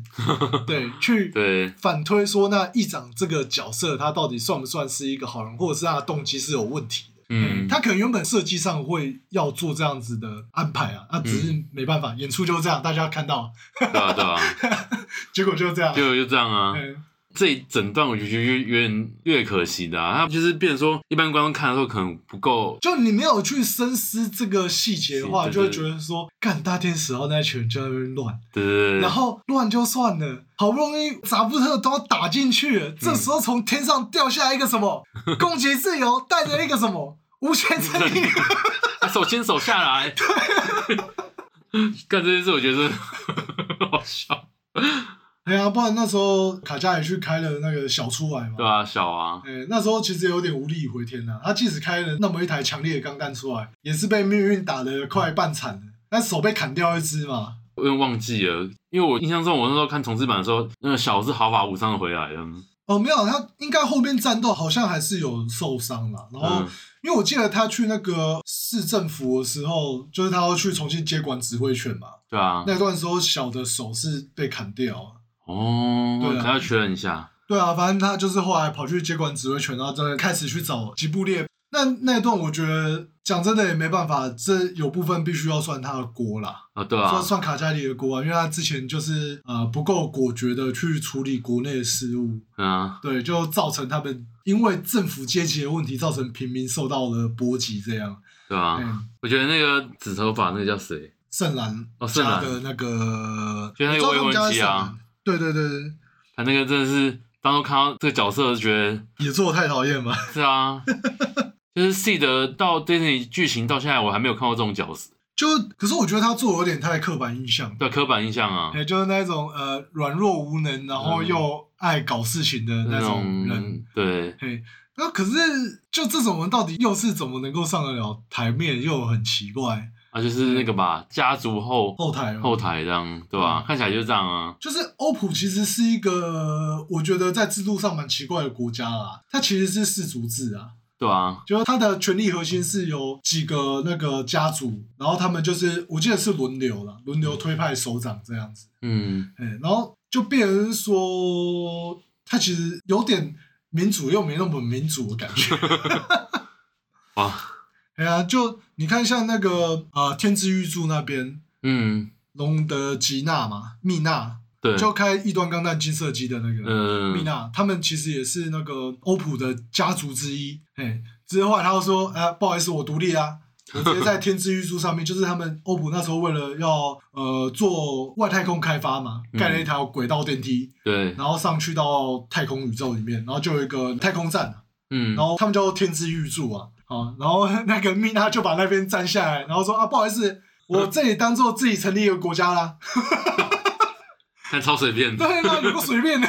B: 对，去
C: 对，
B: 反推说，那议长这个角色他到底算不算是一个好人，或者是他的动机是有问题的？
C: 嗯，
B: 他可能原本设计上会要做这样子的安排啊，那、只
C: 嗯
B: 是没办法，演出就是这样，大家看到， [LAUGHS]
C: 对啊，对啊，
B: 结果就是这样。
C: 就就这样啊。
B: 嗯，
C: 这一整段我就觉得越越越可惜的、啊，他就是变成说，一般观众看的时候可能不够，
B: 就你没有去深思这个细节的话，
C: 是
B: 就会
C: 对
B: 觉
C: 对
B: 得说，干大天使然后那一群人就在那边乱，
C: 对对对，
B: 然后乱就算了，好不容易扎布特都要打进去
C: 嗯
B: 了，这时候从天上掉下一个什
C: [LAUGHS]
B: 么，攻击自由带着一个什么无限正
C: [LAUGHS]
B: 义，
C: 啊手牵手下
B: [LAUGHS]
C: 来， [LAUGHS] 干这件事我觉得是好笑，
B: 哎呀，不然那时候卡加也去开了那个小出来嘛，
C: 对啊，小啊，
B: 哎、那时候其实有点无力回天了、他即使开了那么一台强烈的钢弹出来，也是被命运打得快半残了。但手被砍掉一只嘛，
C: 我有点忘记了，因为我印象中我那时候看重制版的时候，那个小是毫发无伤的回来的，
B: 哦，没有，他应该后面战斗好像还是有受伤啦。然后，
C: 嗯
B: 因为我记得他去那个市政府的时候，就是他要去重新接管指挥权嘛。
C: 对啊，
B: 那段时候，小的手是被砍掉了。
C: 哦，
B: 对啊
C: 可能要确认一下，
B: 对啊，反正他就是后来跑去接管指挥权，然后真的开始去找吉布列。那那一段我觉得讲真的也没办法，这有部分必须要算他的锅啦。
C: 啊，对
B: 算
C: 啊，
B: 算卡加里的锅啊，因为他之前就是呃不够果决的去处理国内的事务，
C: 嗯啊，
B: 对，就造成他们因为政府阶级的问题，造成平民受到了波及。这样，
C: 对啊，
B: 嗯，
C: 我觉得那个紫头发那个叫谁？
B: 圣兰
C: 哦圣
B: 家
C: 兰
B: 的那个，
C: 就那个
B: 我知道他们家
C: 未婚
B: 是
C: 妻啊
B: 圣兰，对对对对，
C: 他那个真的是当初看到这个角色，就觉得
B: 也做得太讨厌嘛。[LAUGHS]
C: 是啊，就是 C 的到 Disney 剧情到现在，我还没有看过这种角色
B: 就可是我觉得他做得有点太刻板印象，
C: 的刻板印象啊
B: 哎、，就是那种呃软弱无能，然后
C: 嗯
B: 又爱搞事情的那
C: 那
B: 种人。
C: 种对，
B: 嘿，那可是就这种人到底又是怎么能够上得了台面，又很奇怪。
C: 啊，就是那个吧，家族后
B: 后嗯台嘛
C: 后台这样，对吧？看起来就是这样啊，
B: 就是欧普其实是一个我觉得在制度上蛮奇怪的国家啦，它其实是氏族制啊，
C: 对啊，
B: 就是它的权力核心是由几个那个家族，然后他们就是我记得是轮流啦，轮流推派首长这样子，
C: 嗯，
B: 哎，然后就变成说它其实有点民主又没那么民主的感觉。 [LAUGHS]
C: 哇，
B: 哎呀，就你看像那个呃天之玉柱那边，
C: 嗯，
B: 隆德吉娜嘛，蜜娜
C: 对，
B: 就开异端钢弹金色机的那个、蜜
C: 嗯，
B: 娜，他们其实也是那个欧普的家族之一。哎，之后后来他又说，哎、不好意思，我独立
C: [LAUGHS]
B: 啦。我直接在天之玉珠上面，就是他们欧普那时候为了要呃做外太空开发嘛，
C: 嗯
B: 盖了一条轨道电梯，
C: 对，
B: 然后上去到太空宇宙里面，然后就有一个太空站、啊
C: 嗯
B: 然，后他们叫天之玉柱啊，啊，然后那个蜜娜就把那边占下来，然后说啊，不好意思，我这里当做自己成立一个国家啦，
C: 看超随便的，
B: 对，那有个随便的。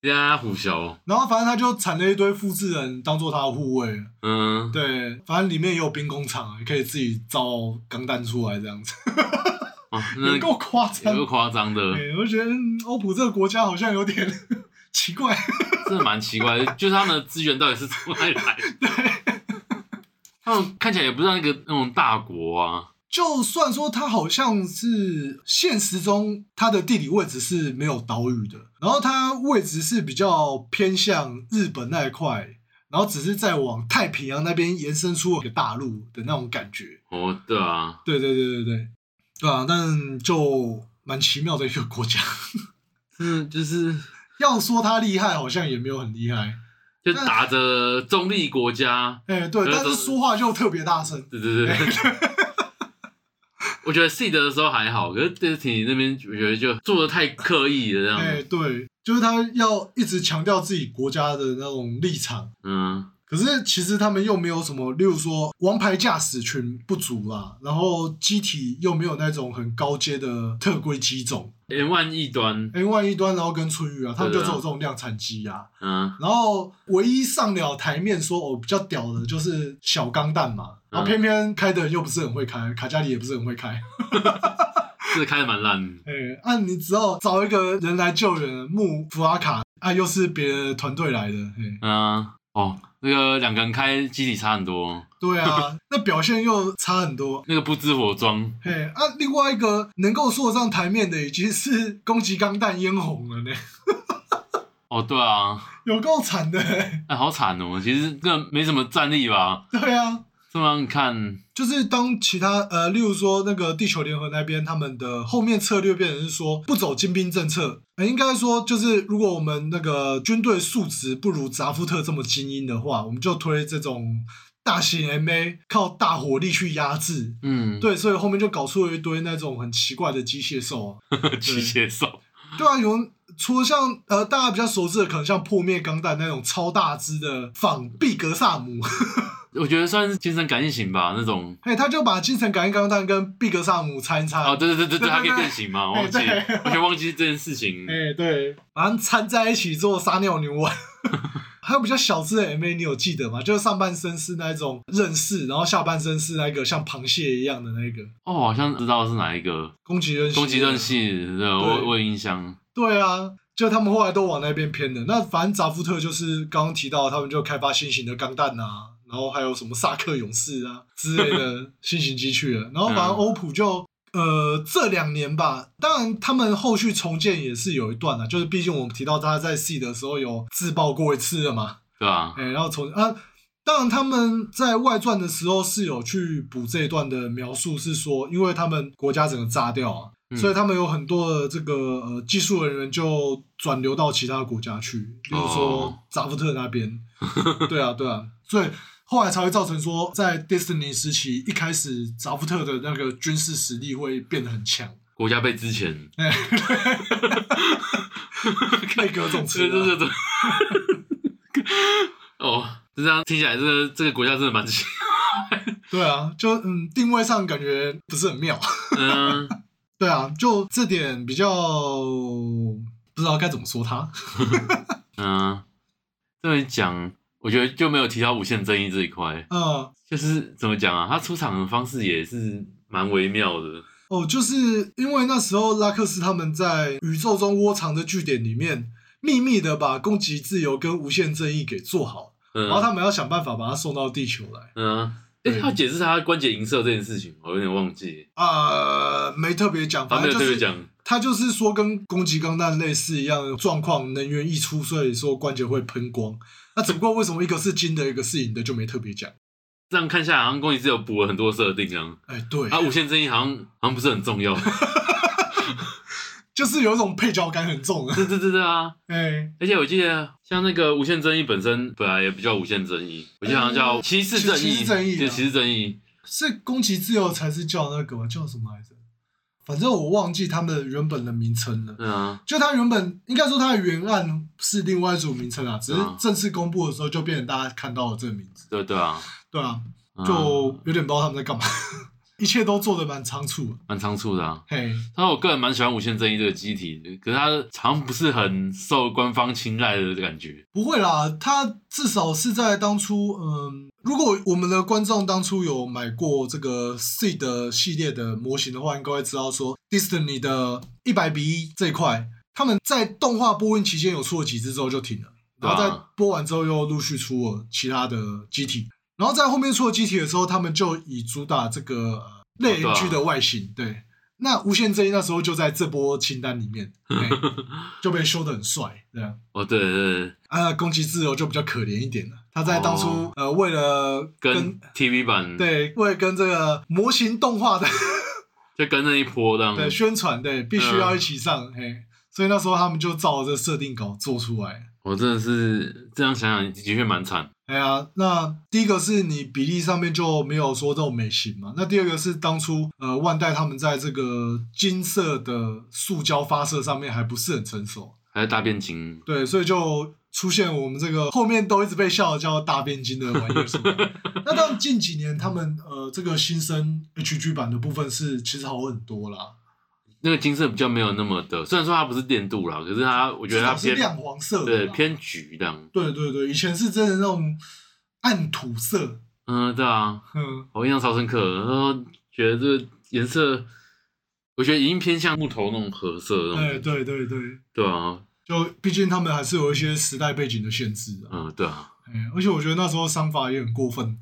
C: 人家虎啸，
B: 然后反正他就产了一堆复制人当做他的护卫，
C: 嗯，
B: 对，反正里面也有兵工厂，啊也可以自己造钢弹出来这样子， [LAUGHS]
C: 哦，
B: 有
C: 那
B: 够夸张
C: 有。个夸张的，
B: 对，我就觉得嗯欧普这个国家好像有点奇怪。
C: 真的蛮奇怪的，就是他们的资源到底是从哪里来
B: [LAUGHS]
C: 的？他们看起来也不像一个那种大国啊，
B: 就算说它好像是现实中它的地理位置是没有岛屿的，然后它位置是比较偏向日本那一块，然后只是在往太平洋那边延伸出一个大陆的那种感觉。
C: 哦，对啊，
B: 对对对对对，对啊，但就蛮奇妙的一个国家。
C: 嗯，就是
B: 要说他厉害，好像也没有很厉害。
C: 就打着中立国家，
B: 哎、对，
C: 可是
B: 但是
C: 都
B: 说话就特别大声。
C: 对对对对。 [LAUGHS] 我觉得 seed 的时候还好，可是 Destiny 那边我觉得就做的太刻意了，这样。
B: 哎、对，就是他要一直强调自己国家的那种立场。
C: 嗯，
B: 可是其实他们又没有什么，例如说王牌驾驶群不足啦，然后机体又没有那种很高阶的特规机种
C: 连万异端，
B: ，N 1一端，然后跟春雨啊，他们就
C: 对啊
B: 只有这种量产机啊。
C: 嗯
B: 然后唯一上了台面说哦比较屌的就是小钢弹嘛，然后偏偏开的人又不是很会开，卡加里也不是很会开。
C: 这开的蛮烂的。
B: 哎、啊，你只要找一个人来救人，木弗阿卡啊，又是别的团队来的，哎、
C: 嗯，哦，那个两个人开机体差很多，
B: 对啊，那表现又差很多。
C: 那个不知火装，
B: 嘿，啊，另外一个能够坐上台面的已经是 [LAUGHS] 宫崎钢弹嫣红了呢，
C: 哦，对啊，
B: 有够惨的、欸。
C: 哎，好惨哦，其实这没什么战力吧？
B: 对啊，
C: 这么样看，
B: 就是当其他呃，例如说那个地球联合那边，他们的后面策略变成是说不走精兵政策，呃、应该说就是如果我们那个军队素质不如扎夫特这么精英的话，我们就推这种大型 MA，靠大火力去压制。
C: 嗯，，
B: 对，所以后面就搞出了一堆那种很奇怪的机械兽啊、
C: [LAUGHS] 机械手，
B: 对啊，有除了像呃大家比较熟知的，可能像破灭钢弹那种超大只的仿毕格萨姆， [LAUGHS]
C: 我觉得算是精神感应型吧，那种。
B: 嘿，他就把精神感应钢弹跟毕格萨姆掺一掺。
C: 哦，对对对
B: 对
C: 对
B: 对
C: 对，它可以变形嘛，我忘记，
B: 对对
C: 完全忘记这件事情。
B: 哎，对，把它们掺在一起做撒尿牛丸。还有比较小只的 MA，你有记得吗？就是上半身是那种认识，然后下半身是那个像螃蟹一样的那个
C: 哦，好像知道是哪一个
B: 攻击任性
C: 攻击任。系的，我我有印象。
B: 对啊，就他们后来都往那边偏的。那反正扎夫特就是刚刚提到，他们就开发新型的钢弹啊，然后还有什么萨克勇士啊之类的新型机去了。然后反正
C: 嗯
B: 欧普就。呃，这两年吧，当然他们后续重建也是有一段的、啊就是毕竟我们提到他在 C 的时候有自爆过一次了嘛，
C: 对吧？
B: 哎、然后重啊，当然他们在外传的时候是有去补这一段的描述，是说因为他们国家整个炸掉啊，
C: 嗯
B: 所以他们有很多的这个呃技术人员就转流到其他国家去，比如说
C: 哦
B: 扎夫特那边，对啊对啊，所以。后来才会造成说，在 Destiny 时期一开始，扎夫特的那个军事实力会变得很强，哎
C: 国家被之前，
B: [LAUGHS] 被各种啊吃
C: 对对对对。 [LAUGHS] 哦，就这样听起来，这个这个国家真的蛮奇。
B: 对啊，就嗯定位上感觉不是很妙。
C: 嗯，
B: 对啊，就这点比较不知道该怎么说他。 [LAUGHS]
C: 嗯，这么讲，我觉得就没有提到无限争议这一块，
B: 嗯，
C: 就是怎么讲啊？他出场的方式也是蛮微妙的。
B: 哦，就是因为那时候拉克斯他们在宇宙中窝藏的据点里面，秘密的把攻击自由跟无限正义给做好，
C: 嗯
B: 然后他们要想办法把它送到地球来。
C: 嗯，哎、
B: 对
C: 他解释他关节银色这件事情，我有点忘记，
B: 啊，没特别讲，
C: 他
B: 反
C: 没
B: 正
C: 有
B: 就
C: 特别
B: 是
C: 讲。
B: 他就是说跟攻击钢弹类似一样的状况，能源溢出，所以说关节会喷光。那只不过为什么一个是金的，一个是银的，就没特别讲。
C: 这样看下来，好像攻击只有补了很多设定啊，
B: 哎，对，
C: 啊，无限正义好像好像不是很重要。 [LAUGHS]
B: 就是有一种配角感很重啊。
C: 对对对对啊！
B: 哎，
C: 而且我记得像那个无限争议本身本来也不叫无限争议，我记得好像
B: 嗯
C: 叫歧视正义，
B: 歧视正义啊
C: 对歧视正义。
B: 是宫崎自由才是叫那个吗？叫什么来着？反正我忘记他们原本的名称了。
C: 嗯啊，
B: 就他原本应该说他的原案是另外一组名称啊，只是
C: 嗯
B: 正式公布的时候就变成大家看到了这个名字。
C: 对对啊，
B: 对啊，
C: 嗯
B: 就有点不知道他们在干嘛， [LAUGHS] 一切都做的蛮仓促的。
C: 蛮仓促的啊。
B: 嘿，
C: 但是我个人蛮喜欢无限正义这个机体的，可是它好像不是很受官方青睐的感觉。
B: 不会啦，他至少是在当初，嗯，如果我们的观众当初有买过这个 C 的系列的模型的话，应该会知道说，Destiny 的一百比一这一块，他们在动画播映期间有出了几只之后就停了，然后
C: 对
B: 在
C: 啊
B: 播完之后又陆续出了其他的机体，然后在后面出了机体的时候，他们就以主打这个呃类
C: 对啊
B: NG 的外形，对，那无限正义那时候就在这波清单里面，
C: [LAUGHS]
B: 嘿就被修得很帅，这样。
C: 哦，对对对，
B: 啊，宫崎自由就比较可怜一点了。他在当初、
C: 哦
B: 呃，为了跟
C: 跟 TV 版
B: 对，为了跟这个模型动画的、
C: 就跟那一波这
B: [LAUGHS]
C: 样。
B: 对宣传，对，必须要一起上，嘿，所以那时候他们就照着设定稿做出来了。
C: 我真的是这样想想，的确蛮惨。
B: 哎呀，那第一个是你比例上面就没有说这种美型嘛。那第二个是当初呃万代他们在这个金色的塑胶发射上面还不是很成熟，
C: 还是大变精，
B: 对，所以就出现我们这个后面都一直被笑的叫大变金的玩意儿出来。那当然近几年他们呃这个新生 HG 版的部分是其实好很多啦，
C: 那个金色比较没有那么的，虽然说它不是电镀啦，可是它我觉得它
B: 至少是
C: 偏
B: 亮黄色的
C: 对
B: 啦，
C: 偏橘这样。
B: 对对对，以前是真的那种暗土色， [LAUGHS]
C: 嗯，对啊，
B: 嗯，
C: 我印象超深刻的，然后觉得这个颜色，我觉得已经偏向木头那种褐色那种。
B: 哎对对对。
C: 对啊，
B: 就毕竟他们还是有一些时代背景的限制啊。
C: 嗯，对啊，
B: 嗯，而且我觉得那时候商法也很过分。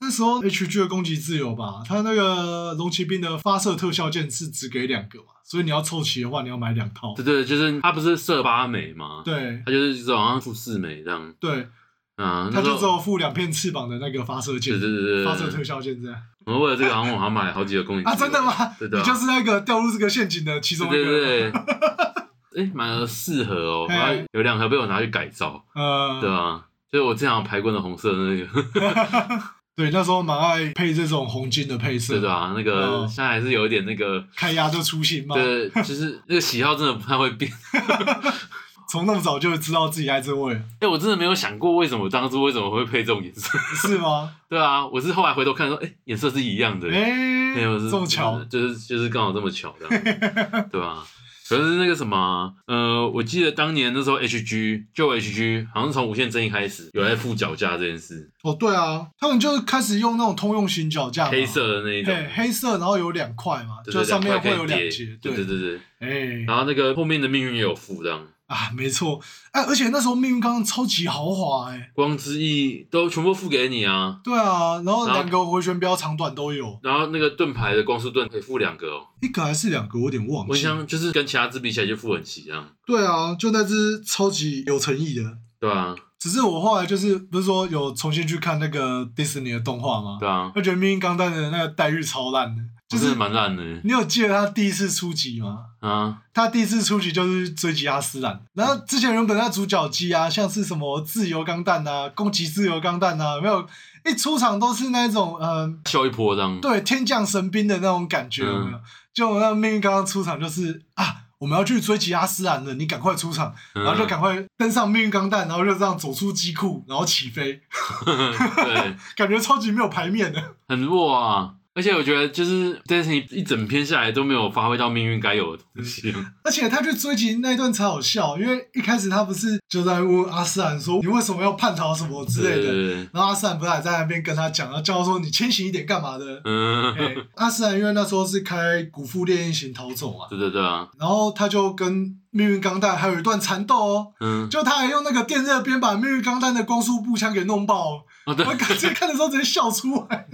B: 那时候 H G 的攻击自由吧，它那个龙骑兵的发射特效键是只给两个嘛，所以你要凑齐的话，你要买两套
C: 对。对，就是它不是色八美吗？
B: 对
C: 它就是这种好像负四美这样。
B: 对，
C: 啊，
B: 它
C: 那时
B: 就只
C: 候
B: 有附两片翅膀的那个发射键
C: 对对，对对
B: 发射特
C: 对，
B: 效键这样
C: 我们为了这个，然后我还买了好
B: [LAUGHS]
C: 几个公里
B: 啊？真的吗？
C: 对的
B: 你
C: 啊
B: 就是那个掉入这个陷阱的其中
C: 对
B: 一个。
C: 对对。哎、买了四盒哦，
B: 嘿
C: 然后有两盒被我拿去改造，
B: 呃，
C: 对啊，就是我之前好像排过的红色的那个， [LAUGHS]
B: 对，那时候蛮爱配这种红金的配色，
C: 对的啊，那个
B: 哦
C: 现在还是有一点那个，
B: 开压就出新嘛。
C: 对，就是那个喜好真的不太会变。
B: 从那么早就知道自己爱这味了，
C: 哎、我真的没有想过为什么当初为什么会配这种颜色， [LAUGHS]
B: 是吗？
C: 对啊，我是后来回头看说，哎、颜色是一样的，
B: 哎、
C: 没有是
B: 这么巧，
C: 就是就是刚好这么巧的，对吧、可是那个什么，呃，我记得当年那时候 HG 旧 HG 好像是从无限正义开始有在附脚架这件事，
B: 哦，对啊，他们就开始用那种通用型脚架嘛，
C: 黑色的那一种，
B: 对，黑色，然后有两块嘛，
C: 对
B: 就上面会
C: 对
B: 有
C: 两
B: 两
C: 块可以
B: 节
C: 叠，对对对对。
B: 哎、
C: 然后那个后面的命运也有附这样，
B: 啊，没错，哎、而且那时候命运钢超级豪华、哎，
C: 光之翼都全部附给你啊。
B: 对啊，然后
C: 然后
B: 两个回旋镖长短都有，
C: 然后那个盾牌的光速盾可以附两个哦，
B: 一个还是两个，我有点忘
C: 我
B: 记。
C: 想就是跟其他字比起来就附很齐这样，
B: 对啊，就那只超级有诚意的。
C: 对啊，
B: 只是我后来就是不是说有重新去看那个迪士尼的动画吗？
C: 对啊，
B: 我觉得命运钢弹的那个待遇超烂的，就
C: 真
B: 是
C: 的蛮烂的
B: 你有记得他第一次出集吗？
C: 啊，
B: 他第一次出局就是追击阿斯兰，然后之前原本他主角机啊，像是什么自由钢弹啊、攻击自由钢弹啊，有没有一出场都是那种嗯、
C: 秀一波这样，
B: 对天降神兵的那种感觉，有没有？就那命运刚刚出场就是啊，我们要去追击阿斯兰了，你赶快出场，
C: 嗯
B: 然后就赶快登上命运钢弹，然后就这样走出机库，然后起飞，
C: [LAUGHS] 对，
B: 感觉超级没有牌面的。
C: 很弱啊。而且我觉得就是这件事情一整篇下来都没有发挥到命运该有的东西，
B: 而且他去追击那一段才好笑，因为一开始他不是就在问阿斯兰说你为什么要叛逃什么之类
C: 对对
B: 的。
C: 对，
B: 然后阿斯兰不是还在那边跟他讲，然后叫他说你清醒一点干嘛的？
C: [LAUGHS] 嗯，
B: 哎，阿斯兰因为那时候是开古父烈焰型逃走啊，
C: 对对对啊，
B: 然后他就跟命运钢弹还有一段缠斗哦，
C: 嗯，
B: 就他还用那个电热鞭把命运钢弹的光束步枪给弄爆哦，
C: 哦对
B: 我，感觉看的时候直接笑出来，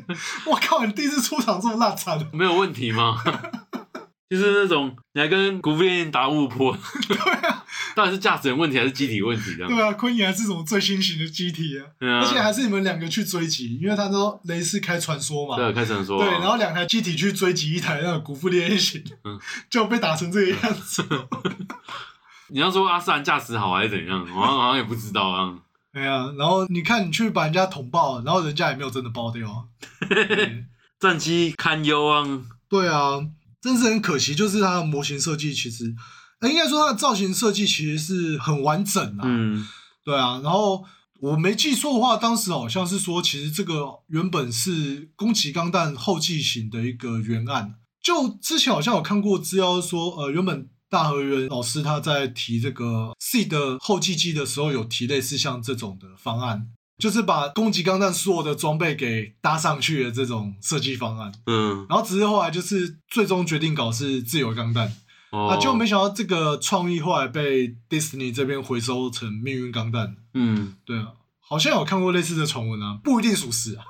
B: 我靠，你第一次出场这么烂惨，哦
C: 没有问题吗？ [LAUGHS] 就是那种你还跟古飞燕打
B: [LAUGHS]
C: 误坡，
B: 啊
C: 到底是驾驶员问题还是机体问题这
B: 对
C: 样？
B: 啊，昆野还是什么最新型的机体啊，
C: 对啊，
B: 而且还是你们两个去追击，因为他说雷是开传说嘛，
C: 对开始说啊，
B: 对，然后两台机体去追击一台那个古父烈焰型，
C: 嗯
B: [LAUGHS] 就被打成这个样子。
C: 你要说阿斯兰驾驶好还是怎样，我好像好像也不知道啊。
B: 对啊，然后你看你去把人家捅爆，然后人家也没有真的爆
C: [LAUGHS]
B: 掉。啊对
C: 战机堪忧啊，
B: 对啊，真是很可惜，就是它的模型设计其实，呃应该说它的造型设计其实是很完整啊。
C: 嗯，
B: 对啊，然后我没记错的话，当时好像是说，其实这个原本是宫崎钢弹后继型的一个原案。就之前好像有看过资料说，呃，原本大和原老师他在提这个 C 的后继机的时候，有提类似像这种的方案，就是把宫崎钢弹所有的装备给搭上去的这种设计方案。
C: 嗯，
B: 然后只是后来就是最终决定稿是自由钢弹，
C: 哦
B: 啊，就没想到这个创意后来被 Disney 这边回收成命运钢弹。
C: 嗯，
B: 对啊，好像有看过类似的传闻啊，不一定属实啊。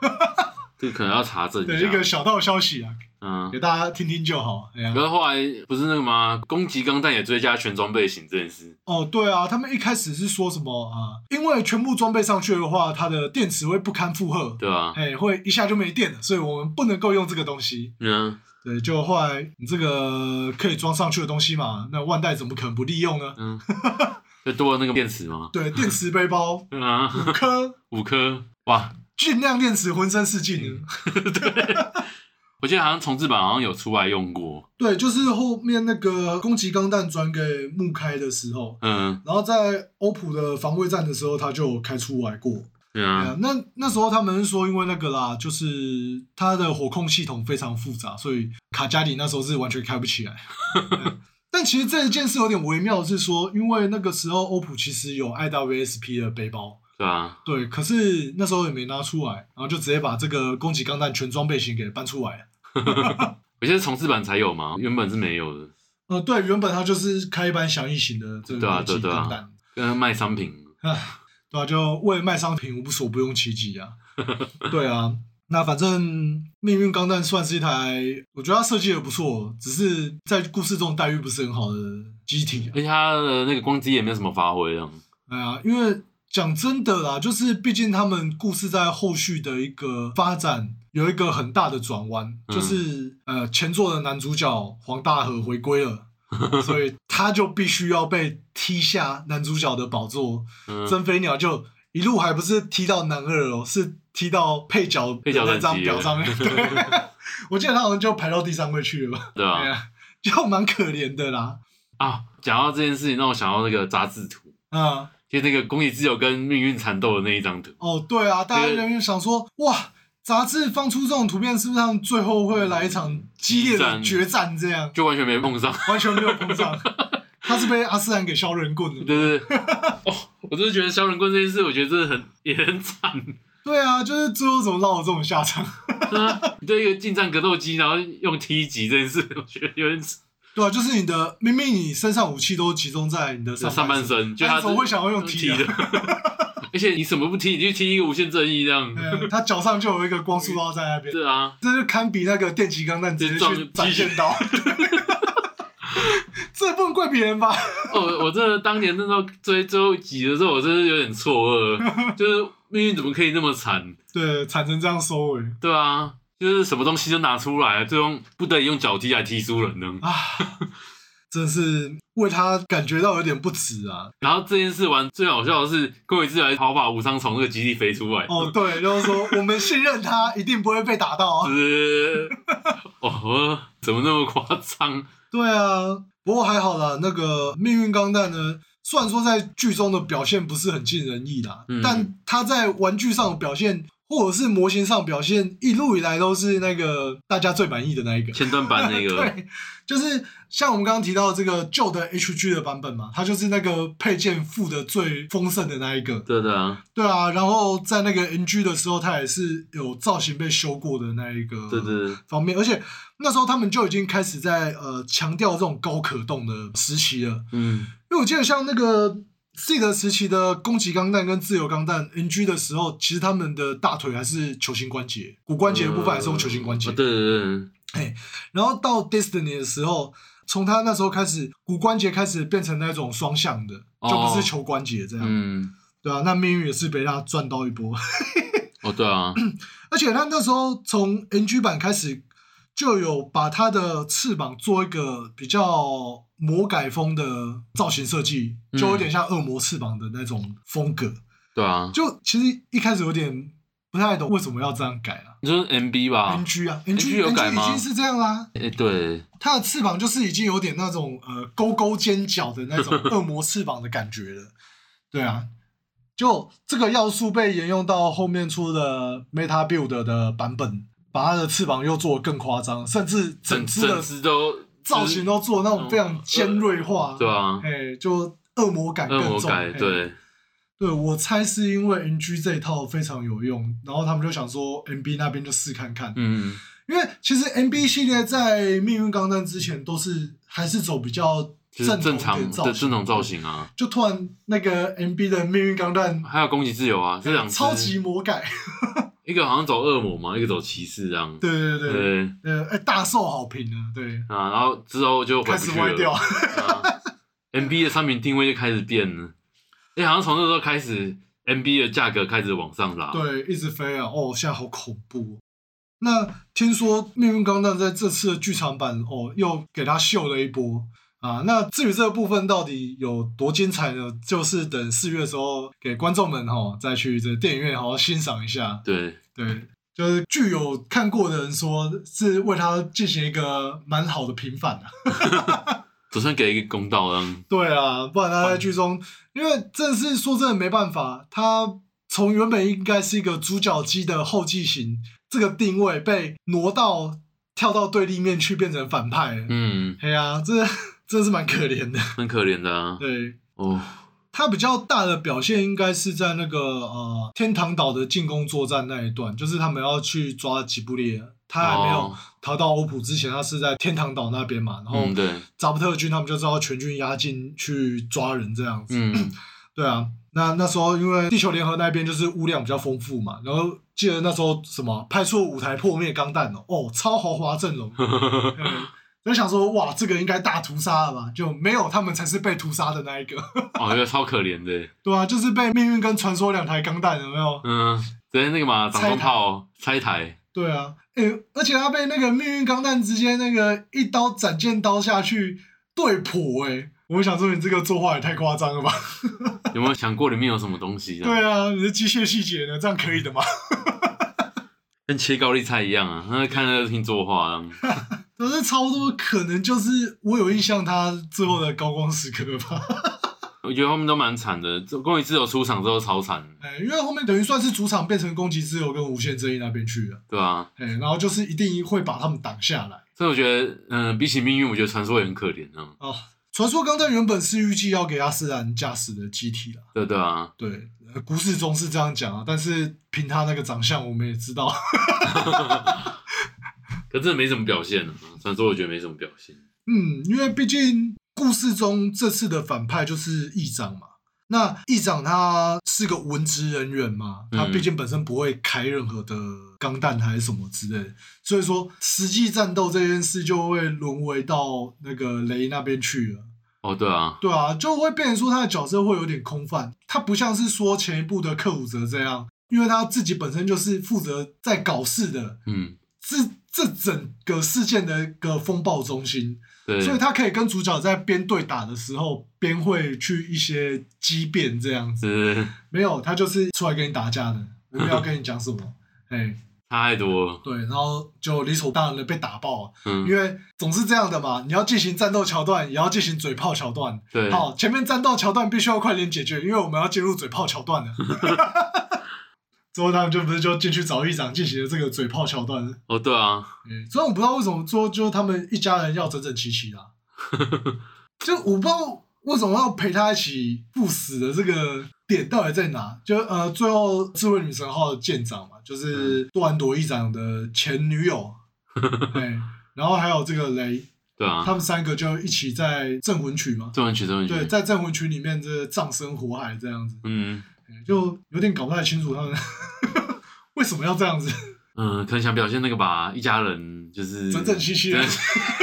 C: 这个可能要查证
B: 对，
C: 一
B: 一个
C: 下。
B: 小道消息啊，
C: 嗯
B: 给，大家听听就好。哎呀、
C: 然后后来不是那个吗？攻击钢弹也追加全装备型这件事，
B: 哦，对啊，他们一开始是说什么啊、因为全部装备上去的话，它的电池会不堪负荷，
C: 对吧、啊？
B: 哎，会一下就没电了，所以我们不能够用这个东西。
C: 嗯，
B: 对，就后来你这个可以装上去的东西嘛，那万代怎么可能不利用呢？
C: 嗯，就多了那个电池吗？
B: 对，电池背
C: [LAUGHS]
B: 包
C: 对啊，
B: 五颗，
C: 五颗哇！
B: 尽量电池，浑身是劲。
C: 我记得好像重置版好像有出来用过，
B: 对，就是后面那个攻击钢弹转给木开的时候，
C: 嗯，
B: 然后在欧普的防卫战的时候，他就有开出来过。
C: 对
B: 对
C: 啊
B: 啊，，那那时候他们是说，因为那个啦，就是它的火控系统非常复杂，所以卡加里那时候是完全开不起
C: [LAUGHS]
B: 来。对但其实这一件事有点微妙，是说，因为那个时候欧普其实有 IWSP 的背包，
C: 对啊，
B: 对，可是那时候也没拿出来，然后就直接把这个攻击钢弹全装备型给搬出来了。
C: 我记得重置版才有嘛，原本是没有的，
B: 呃，对，原本它就是开一般响应型的这
C: 对啊
B: 个攻击
C: 对啊
B: 钢
C: 对
B: 弹，
C: 跟卖商品，
B: 对啊，就为卖商品无所不用其极啊。对啊，那反正命运钢弹算是一台，我觉得它设计的不错，只是在故事中待遇不是很好的机体、啊
C: 而。且它的那个光机也没有什么发挥，啊这
B: 哎
C: 样，
B: 呀，因为讲真的啦，就是毕竟他们故事在后续的一个发展有一个很大的转弯，
C: 嗯
B: 就是呃前作的男主角黄大河回归
C: [LAUGHS]
B: 了。所以他就必须要被踢下男主角的宝座，
C: 嗯，
B: 真飞鸟就一路还不是踢到男二哦，是踢到配角
C: 配角
B: 的那张
C: 等级了
B: 表上面。对，
C: [LAUGHS]
B: 我记得他好像就排到第三位去了吧？
C: 对
B: 哎
C: 啊，
B: 呀，就蛮可怜的啦。
C: 啊，讲到这件事情，让我想到那个杂志图，
B: 嗯，
C: 就那个宫崎自由跟命运缠斗的那一张图，
B: 哦，对啊，大家人员想说，哇，杂志放出这种图片，是不是他们最后会来一场激烈的决战？这样
C: 就完全没碰上，
B: 完全没有碰 [LAUGHS] 上，他是被阿斯兰给削人棍的。
C: 对对对， [LAUGHS] 哦，我真的觉得小人棍这件事，我觉得真的很 [LAUGHS] 也很惨。
B: 对啊，就是最后怎么落到这种下场？
C: 啊，你对一个近战格斗机，然后用 T 级这件事， [LAUGHS] 我觉得有点扯
B: 对啊，就是你的明明你身上武器都集中在你的上
C: 上半
B: 身，
C: 身，就
B: 但
C: 他
B: 你怎么会想要用踢啊
C: 踢的？ [LAUGHS] 而且你什么不踢，你就踢一个无限正义这样。
B: 嗯，他脚上就有一个光束刀在那边，
C: 对啊，
B: 这就堪比那个电击钢弹直接去斩剑 [LAUGHS] 刀。这不能怪别人吧？
C: 哦，我真的当年那时候追最后一集的时候，我真的有点错
B: [LAUGHS]
C: 愕，就是命运怎么可以那么惨？
B: 对，产生这样收尾
C: 对啊，就是什么东西都拿出来，最终不得已用脚踢来踢输人呢。
B: 啊，真是为他感觉到有点不值啊。
C: 然后这件事完最好笑的是，各位自来跑把无伤从那个基地飞出来。
B: 哦，对，就是说我们信任他，一定不会被打到
C: 嗯
B: 啊。
C: 是，哦，怎么那么夸张？
B: 对啊，不过还好啦，那个命运钢弹呢，虽然说在剧中的表现不是很尽人意啦，
C: 嗯
B: 但他在玩具上的表现。或者是模型上表现，一路以来都是那个大家最满意的那一个。
C: 前段版那
B: [LAUGHS]
C: 个，
B: 对，就是像我们刚刚提到这个旧的 HG 的版本嘛，它就是那个配件附的最丰盛的那一个。
C: 对的啊，
B: 对啊，然后在那个 NG 的时候，它也是有造型被修过的那一个
C: 对对嗯对，
B: 方面，而且那时候他们就已经开始在呃强调这种高可动的时期了。
C: 嗯，
B: 因为我记得像那个 C 的时期的攻击钢弹跟自由钢弹 NG 的时候，其实他们的大腿还是球形关节，骨关节的部分还是用球形关节。
C: 哦对对对，
B: 然后到 Destiny 的时候，从他那时候开始，骨关节开始变成那种双向的，
C: 哦
B: 就不是球关节这样，
C: 嗯，
B: 对啊，那命运也是被他赚到一波，
C: 哦对啊，
B: 而且他那时候从 NG 版开始就有把他的翅膀做一个比较魔改风的造型设计，
C: 嗯
B: 就有点像恶魔翅膀的那种风格。
C: 对啊，
B: 就其实一开始有点不太懂为什么要这样改啊。
C: 你说 MB 吧？
B: NG 啊
C: NG
B: ，NG
C: 有改
B: NG
C: 吗
B: 已经是这样啦、
C: 哎，对，
B: 它的翅膀就是已经有点那种呃勾勾尖角的那
C: [LAUGHS]
B: 种恶魔翅膀的感觉了。对啊，就这个要素被沿用到后面出的 Meta Build 的版本，把它的翅膀又做得更夸张，甚至整
C: 整
B: 只的
C: 整只都
B: 造型，都做得那种非常尖锐化。
C: 对啊，
B: 哎，就恶魔感
C: 恶
B: 更
C: 魔
B: 哎重。
C: 改，
B: 嘿
C: 对，
B: 对，我猜是因为 NG 这一套非常有用，然后他们就想说 MB 那边就试看看。
C: 嗯，
B: 因为其实 M B 系列在命运钢弹之前都是还是走比较
C: 就是
B: 正
C: 正
B: 统
C: 常
B: 的
C: 的
B: 造
C: 正
B: 型，
C: 统造型啊，
B: 就突然那个 M B 的命运钢弹
C: 还有攻击自由啊，这两只
B: 超级魔改， [LAUGHS]
C: 一个好像走恶魔嘛，一个走骑士这样，
B: 对对对对，
C: 对
B: 呃，哎大受好评啊，对，
C: 啊，然后之后就回
B: 开
C: 不
B: 始
C: 去
B: 歪
C: 了
B: 掉。。
C: 啊 MB 的商品定位就开始变了，哎、好像从那时候开始，MB 的价格开始往上拉。，
B: 对，一直飞啊！哦，现在好恐怖哦、那听说《命运钢弹》在这次的剧场版哦，又给他秀了一波啊。那至于这个部分到底有多精彩呢？就是等四月的时候给观众们哈、哦、再去这电影院好好欣赏一下。
C: 对，
B: 对，就是据有看过的人说，是为他进行一个蛮好的平反啊的、
C: 总算给一个公道让
B: 对啊，不然他在剧中，因为正是说真的没办法，他从原本应该是一个主角机的后继型这个定位被挪到跳到对立面去变成反派了。
C: 嗯，
B: 哎呀、这真的是蛮可
C: [LAUGHS]
B: 怜的。
C: 很可怜的啊。
B: 对
C: 哦，
B: 他比较大的表现应该是在那个呃天堂岛的进攻作战那一段，就是他们要去抓吉布列，他还没有
C: 哦
B: 逃到欧普之前，他是在天堂岛那边嘛，然后
C: 嗯，对，
B: 扎布特军他们就知道全军压境去抓人这样子。
C: 嗯，
B: 对啊，那那时候因为地球联合那边就是物量比较丰富嘛，然后记得那时候什么派出五台破灭钢弹哦，哦，超豪华阵容，嗯就想说哇，这个应该大屠杀了吧？就没有，他们才是被屠杀的那一个， [LAUGHS]
C: 哦，又超可怜的。
B: 对啊，就是被命运跟传说两台钢弹有没有？
C: 嗯，昨天那个嘛，
B: 拆
C: 长
B: 台
C: 风炮拆台，
B: 对啊，诶、而且他被那个命运钢弹直接那个一刀斩剑刀下去对破诶、我想说你这个作画也太夸张了吧？ [LAUGHS]
C: 有没有想过里面有什么东西？这样，
B: 对啊，你的机械细节呢？这样可以的吗？
C: 跟切高丽菜一样啊，那看着听作画这样。
B: 但是差不多可能就是我有印象他最后的高光时刻吧，
C: 我觉得他们都蛮惨的，这攻击自由出场之后超惨，
B: 哎，因为后面等于算是主场变成攻击自由跟无限正义那边去了，
C: 对啊。
B: 哎，然后就是一定会把他们挡下来
C: 所以我觉得，嗯、比起命运，我觉得传说也很可怜啊。
B: 啊。传说钢弹原本是预计要给阿斯兰驾驶的机体啦，
C: 对对啊，
B: 对，呃故事中是这样讲啊，但是凭他那个长相，我们也知道，
C: 可真的没什么表现啊。传说我觉得没什么表现。
B: 嗯，因为毕竟故事中这次的反派就是议长嘛。那议长他是个文职人员嘛，他
C: 嗯
B: 毕竟本身不会开任何的钢弹还是什么之类的，所以说实际战斗这件事就会沦为到那个雷那边去了。
C: 哦，对啊，
B: 对啊，就会变成说他的角色会有点空泛，他不像是说前一部的克鲁泽这样，因为他自己本身就是负责在搞事的，
C: 嗯，
B: 这这整个事件的一个风暴中心。
C: 对，
B: 所以他可以跟主角在边对打的时候，边会去一些激辩这样子。
C: 是
B: 没有，他就是出来跟你打架
C: [LAUGHS]
B: 的，我不要跟你讲什么。哎，
C: 差太多了。
B: 对，然后就理所当然的被打爆，
C: 嗯
B: 因，为总是这样的嘛。你要进行战斗桥段，也要进行嘴炮桥段。
C: 对，
B: 好，前面战斗桥段必须要快点解决，因为我们要进入嘴炮桥
C: [LAUGHS]
B: 段了。 [LAUGHS] 之后他们就不是就进去找议长进行了这个嘴炮桥段了。
C: 哦，对啊，
B: 嗯，虽然我不知道为什么最后就是他们一家人要整整齐齐啦、就我不知道为什么要陪他一起赴死的这个点到底在哪？就呃，最后智慧女神号的舰长嘛，就是杜兰朵议长的前女友，对，然后还有这个雷，
C: 对啊嗯
B: 他，们三个就一起在镇魂曲嘛，
C: 中文曲，中文曲，
B: 对，在镇魂曲里面这葬身火海这样子，
C: 嗯
B: 哎就有点搞不太清楚他们 [LAUGHS] 为什么要这样子。
C: 嗯、可能想表现那个吧，一家人就是
B: 整整齐齐的
C: 整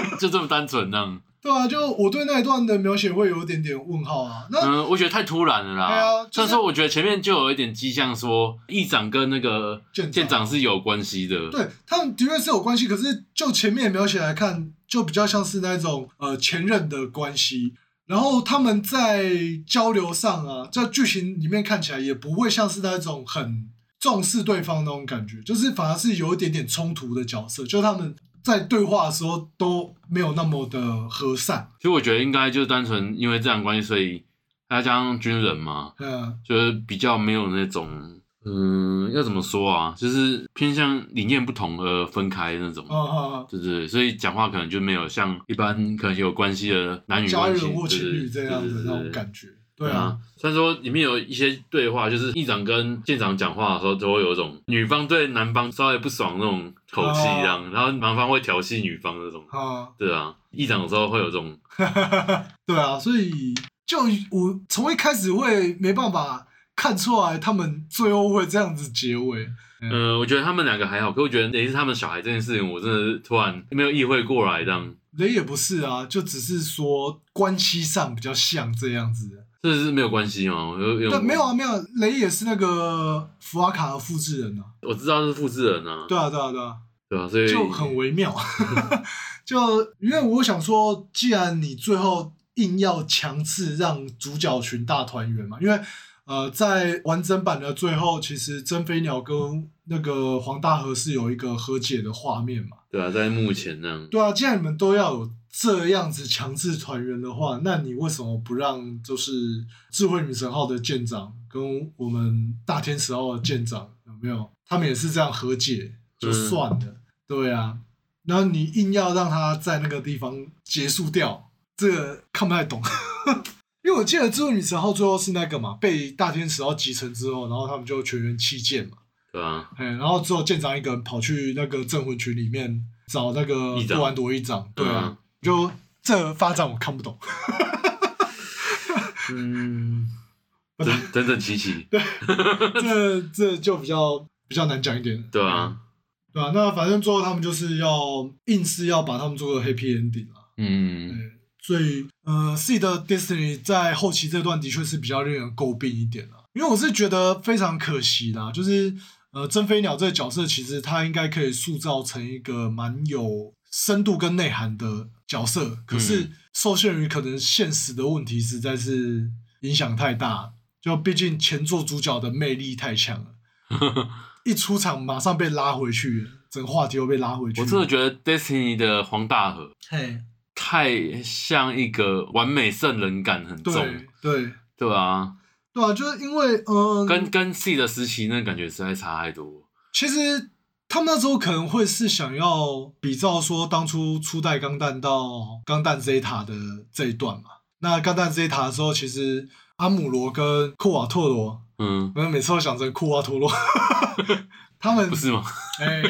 C: 整 [LAUGHS] 就这么单纯这样。
B: 对啊，就我对那一段的描写会有一点点问号啊。那
C: 嗯，我觉得太突然了啦。
B: 对啊就是
C: 虽然说我觉得前面就有一点迹象说，议长跟那个
B: 舰长
C: 舰长是有关系的。
B: 对他们的确是有关系，可是就前面的描写来看，就比较像是那种呃前任的关系。然后他们在交流上啊，在剧情里面看起来也不会像是那种很重视对方那种感觉，就是反而是有一点点冲突的角色，就他们在对话的时候都没有那么的和善。
C: 其实我觉得应该就是单纯因为这样的关系，所以再加上军人嘛，
B: 嗯，
C: 就是比较没有那种。嗯，要怎么说啊？就是偏向理念不同而分开那种，
B: 啊啊，
C: 对对对，所以讲话可能就没有像一般可能有关系的男女
B: 家
C: 关系
B: 人或情侣这样的那种
C: 觉。对对对对对嗯
B: 感觉。对啊，，
C: 虽然说里面有一些对话，就是议长跟舰长讲话的时候，都会有一种女方对男方稍微不爽那种口气一
B: 哦
C: 样，然后男方会调戏女方那种。
B: 啊，
C: 对啊，议长有时候会有这种，
B: [LAUGHS] 对啊，所以就我从一开始会没办法看出来他们最后会这样子结尾。
C: 呃，我觉得他们两个还好，可我觉得等于是他们小孩这件事情，我真的是突然没有意会过来，这样
B: 雷也不是啊，就只是说关系上比较像这样子。
C: 这是没有关系吗？我有有
B: 但没有啊，，没有啊，雷也是那个福阿卡的复制人啊。
C: 我知道是复制人啊，
B: 对啊，对啊，对啊。
C: 对吧、所以
B: 就很微妙。 [LAUGHS] 就因为我想说，既然你最后硬要强制让主角群大团圆嘛，因为呃，在完整版的最后，其实真飞鸟跟那个黄大河是有一个和解的画面嘛。
C: 对啊，在目前那样，
B: 对啊，既然你们都要有这样子强制团圆的话，那你为什么不让就是智慧女神号的舰长跟我们大天使号的舰长有没有？他们也是这样和解就算了，对啊。然后你硬要让他在那个地方结束掉，这个看不太懂。 [LAUGHS] 因为我记得智慧女神号最后是那个嘛，被大天使号集成之后，然后他们就全员弃舰嘛。[LAUGHS]
C: 对啊，
B: 哎，然后只有舰长一个人跑去那个镇魂群里面找那个
C: 议长
B: 杜兰朵一长，对啊
C: 嗯，
B: 就这发展我看不懂，
C: 嗯，整整整齐齐，
B: 这这就比较比较难讲一点，
C: 对啊，
B: 对啊，那反正最后他们就是要硬是要把他们做个 happy ending 啊，
C: 嗯，
B: 对，所以呃，C 的 Destiny 在后期这段的确是比较令人诟病一点啊，因为我是觉得非常可惜啦，就是呃，真飞鸟这个角色其实他应该可以塑造成一个蛮有深度跟内涵的角色，可是
C: 嗯
B: 受限于可能现实的问题实在是影响太大，就毕竟前作主角的魅力太强了。
C: [LAUGHS]
B: 一出场马上被拉回去了，整个话题又被拉回去
C: 我
B: 了。
C: 真的觉得 Destiny 的黄大河
B: 嘿，
C: 太像一个完美圣人感很重，
B: 对对
C: 对啊，
B: 对啊，就是因为嗯，
C: 跟跟 C 的时期那感觉实在差太多，
B: 其实他们那时候可能会是想要比照说当初初代钢弹到钢弹 Zeta 的这一段嘛。那钢弹 Zeta 的时候，其实阿姆罗跟库瓦托罗，
C: 嗯，
B: 我每次都想成库瓦托罗， [LAUGHS] 他们
C: 不是吗？ [LAUGHS]
B: 哎、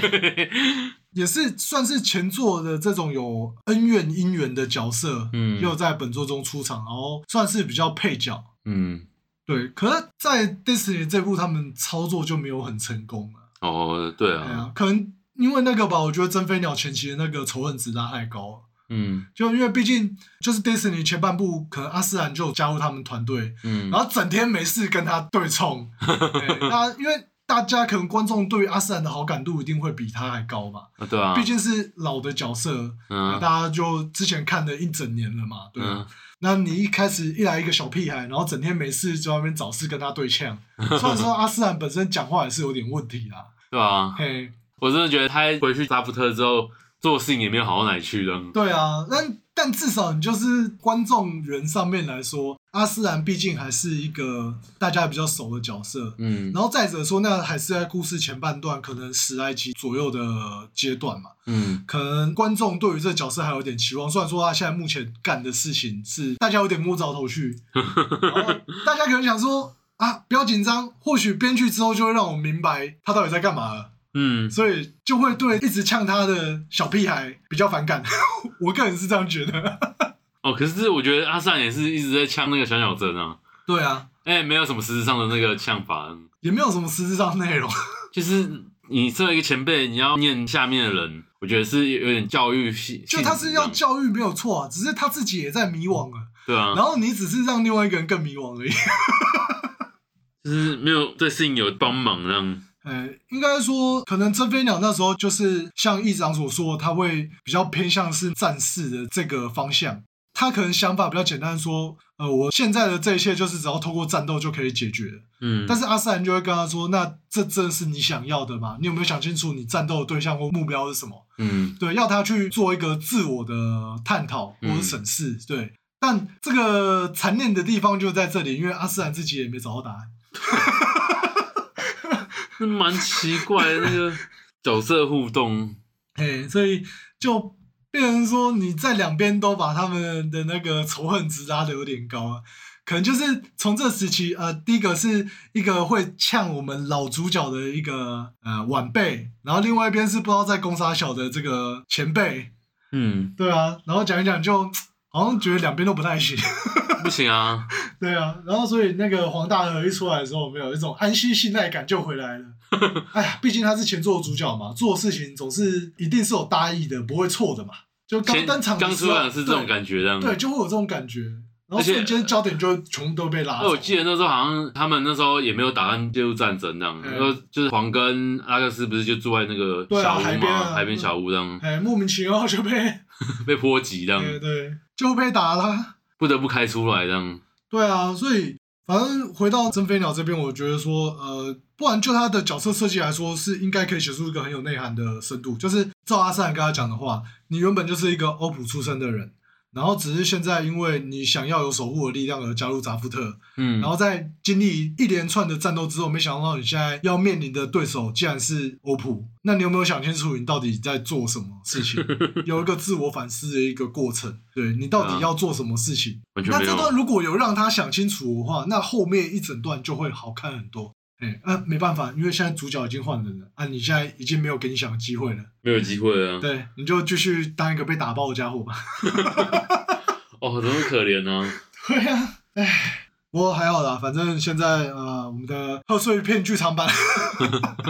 B: 也是算是前作的这种有恩怨姻缘的角色，
C: 嗯
B: 又在本作中出场，然后算是比较配角。
C: 嗯，
B: 对，可是，在 Destiny 这部，他们操作就没有很成功了。
C: 哦，对
B: 对
C: 啊，
B: 啊，可能因为那个吧，我觉得真飞鸟前期的那个仇恨值拉太高了，
C: 嗯
B: 就因为毕竟就是 Destiny 前半部，可能阿斯兰就有加入他们团队，
C: 嗯
B: 然，后整天没事跟他对冲，对
C: [LAUGHS]
B: 那因为。大家可能观众对于阿斯兰的好感度一定会比他还高嘛，
C: 啊对啊，
B: 毕竟是老的角色，
C: 嗯
B: 大家就之前看了一整年了嘛，对吧。
C: 嗯
B: 那你一开始一来一个小屁孩，然后整天没事就在那边找事跟他对
C: [LAUGHS]
B: 呛，虽然说阿斯兰本身讲话也是有点问题啦，
C: 对啊，
B: 嘿，
C: 我真的觉得他回去扎布特之后做事情也没有好到哪里去的，
B: 对啊，但但至少你就是观众人上面来说，阿斯兰毕竟还是一个大家比较熟的角色。
C: 嗯
B: 然后再者说，那还是在故事前半段，可能十来集左右的阶段嘛，
C: 嗯
B: 可能观众对于这角色还有点期望。虽然说他啊现在目前干的事情是大家有点摸不着头绪，然后大家可能想说啊，不要紧张，或许编剧之后就会让我明白他到底在干嘛了。
C: 嗯，
B: 所以就会对一直呛他的小屁孩比较反感。 [LAUGHS] 我个人是这样觉得。
C: 哦，可是我觉得阿善也是一直在呛那个小小珍啊，
B: 对啊，
C: 哎、没有什么实质上的那个呛法，
B: 也没有什么实质上内容。 [LAUGHS]
C: 就是你作为一个前辈，你要念下面的人，我觉得是有点教育性，
B: 就他是要
C: 性质
B: 教育没有错啊，只是他自己也在迷惘啊。
C: 这样，对
B: 然
C: 啊，
B: 后你只是让另外一个人更迷惘而已。 [LAUGHS]
C: 就是没有对事情有帮忙那样，
B: 呃，应该说，可能真飞鸟那时候就是像议长所说，他会比较偏向是战士的这个方向。他可能想法比较简单，说，呃，我现在的这一切就是只要透过战斗就可以解决了。
C: 嗯，
B: 但是阿斯兰就会跟他说：“那这真的是你想要的吗？你有没有想清楚你战斗的对象或目标是什么？
C: 嗯
B: 对，要他去做一个自我的探讨或者审视。对，但这个残念的地方就在这里，因为阿斯兰自己也没找到答案。
C: 是蛮奇怪的那个角色互动，
B: 嘿，所以就变成说你在两边都把他们的那个仇恨值拉的有点高啊。可能就是从这时期，呃，第一个是一个会呛我们老主角的一个呃晚辈，然后另外一边是不知道在攻杀小的这个前辈，
C: 嗯，
B: 对啊，然后讲一讲就好像觉得两边都不太行，
C: 不行啊，
B: 对啊，然后所以那个黄大河一出来的时候，有没有一种安心信赖感就回来
C: [LAUGHS]
B: 了。哎呀，毕竟他是前作的主角嘛，做事情总是一定是有大意的，不会错的嘛。就刚
C: 前
B: 登场的
C: 刚
B: 时
C: 出
B: 候
C: 来是这种感觉这样，
B: 对，对，就会有这种感觉。然后
C: 而且
B: 瞬间焦点就全部都被拉
C: 那
B: 走
C: 我。记得那时候好像他们那时候也没有打算介入战争这样，
B: 嗯
C: 然后就是黄跟阿克斯不是就住在那个
B: 对啊
C: 小屋
B: 海边啊
C: 嘛，海边小屋这样
B: 哎，莫名其妙就被，
C: 被波及这样，
B: 对对，就被打了。
C: 不得不开出来这样。
B: 对啊，所以反正回到真飞鸟这边，我觉得说，呃，不然就他的角色设计来说，是应该可以写出一个很有内涵的深度。就是照阿善跟他讲的话，你原本就是一个欧普出身的人，然后只是现在因为你想要有守护的力量而加入扎夫特，
C: 嗯，
B: 然后在经历一连串的战斗之后，没想到你现在要面临的对手竟然是欧普，那你有没有想清楚你到底在做什么事情？有一个自我反思的一个过程，对你到底要做什么事情？
C: 完全
B: 那
C: 没
B: 这
C: 有。
B: 段如果有让他想清楚的话，那后面一整段就会好看很多。哎、那没办法，因为现在主角已经换人了啊，你现在已经没有给你想的机会了，
C: 没有机会了啊！
B: 对，你就继续当一个被打爆的家伙吧。 [LAUGHS]
C: 哦，多么可怜啊！
B: 对呀、啊，哎，不过还好啦，反正现在呃，我们的贺岁片剧场版 [LAUGHS]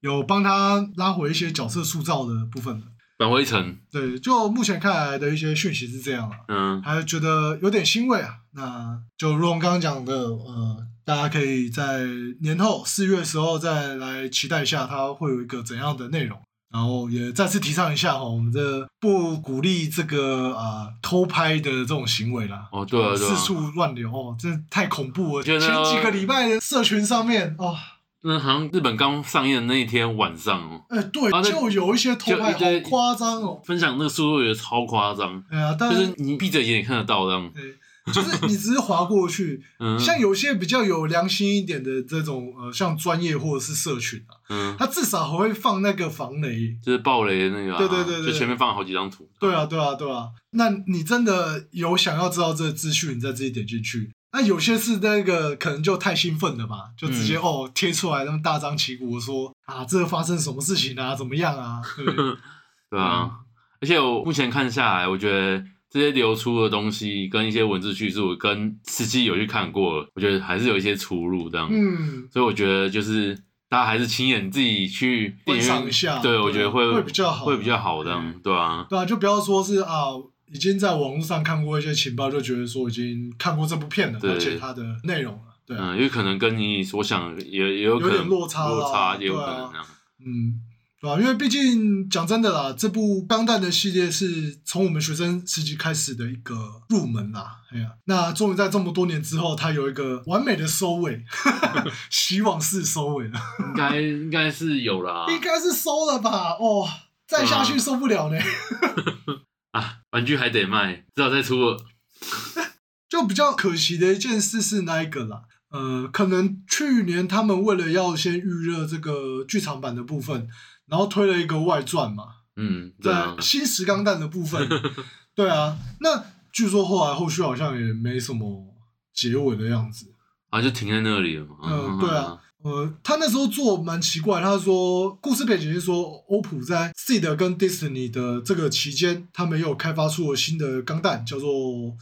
B: 有帮他拉回一些角色塑造的部分了。
C: 返回城，
B: 对，就目前看来的一些讯息是这样啊了。
C: 嗯，
B: 还觉得有点欣慰啊。那就如我们刚刚讲的，呃，大家可以在年后四月的时候再来期待一下，它会有一个怎样的内容。然后也再次提倡一下哈，我们这不鼓励这个呃偷拍的这种行为啦。
C: 哦，对啊，对
B: 四
C: 啊，
B: 处乱流哦，真的太恐怖了！
C: 觉得
B: 前几个礼拜的社群上面哦，
C: 那好像日本刚上映的那一天晚上哦，
B: 呃，对，
C: 啊那
B: 就有一些偷拍，
C: 就一
B: 好
C: 堆
B: 夸张哦。
C: 分享那个速度也超夸张，
B: 哎呀，但
C: 就是你闭着眼也看得到这样。
B: 对，就是你只是划过去，
C: 嗯
B: 像有些比较有良心一点的这种呃，像专业或者是社群啊，
C: 嗯，
B: 他至少还会放那个防雷。
C: 就是暴雷的那个、啊，
B: 对对对对
C: 就前面放了好几张图。
B: 对啊，，对啊，对啊。那你真的有想要知道这个资讯，你再自己点进去。那有些是那个可能就太兴奋了吧，就直接、
C: 嗯
B: 哦贴出来那么大张旗鼓地说啊，这发生什么事情啊，怎么样啊？对
C: [LAUGHS]
B: 不对
C: 对啊，
B: 嗯
C: 而且我目前看下来，我觉得这些流出的东西跟一些文字叙述，跟实际有去看过，我觉得还是有一些出入这样。
B: 嗯，
C: 所以我觉得就是大家还是亲眼自己去
B: 观
C: 电影
B: 赏
C: 院
B: 一下
C: 对
B: 对
C: 我觉得会
B: 会比较好
C: 会比较好这样
B: 嗯，
C: 对啊，
B: 对啊，就不要说是啊，已经在网络上看过一些情报，就觉得说已经看过这部片了，
C: 对
B: 了解它的内容了。对啊，
C: 嗯，有可能跟你所想的也也有可
B: 有点
C: 能
B: 落差啦
C: 落差也有
B: 对啊
C: 可能这样。
B: 嗯，对吧、因为毕竟讲真的啦，这部《钢弹》的系列是从我们学生时期开始的一个入门啦。哎呀、那终于在这么多年之后，它有一个完美的收尾， [LAUGHS] 希望是收尾了，
C: 应该应该是有啦
B: [LAUGHS] 应该是收了吧？哦，再下去受不了呢。
C: 啊，玩具还得卖，至少再出了。
B: [LAUGHS] 就比较可惜的一件事是那一个啦，呃，可能去年他们为了要先预热这个剧场版的部分，然后推了一个外传嘛，
C: 嗯，对
B: 在
C: 啊，
B: 新石钢弹的部
C: [LAUGHS]
B: 分，对啊，那据说后来后续好像也没什么结尾的样子。
C: 啊就停在那里了嘛。
B: 嗯对啊，呃，他那时候做蛮奇怪，他说故事背景是说欧普在 Seed 跟 Disney 的这个期间，他们也有开发出了新的钢弹，叫做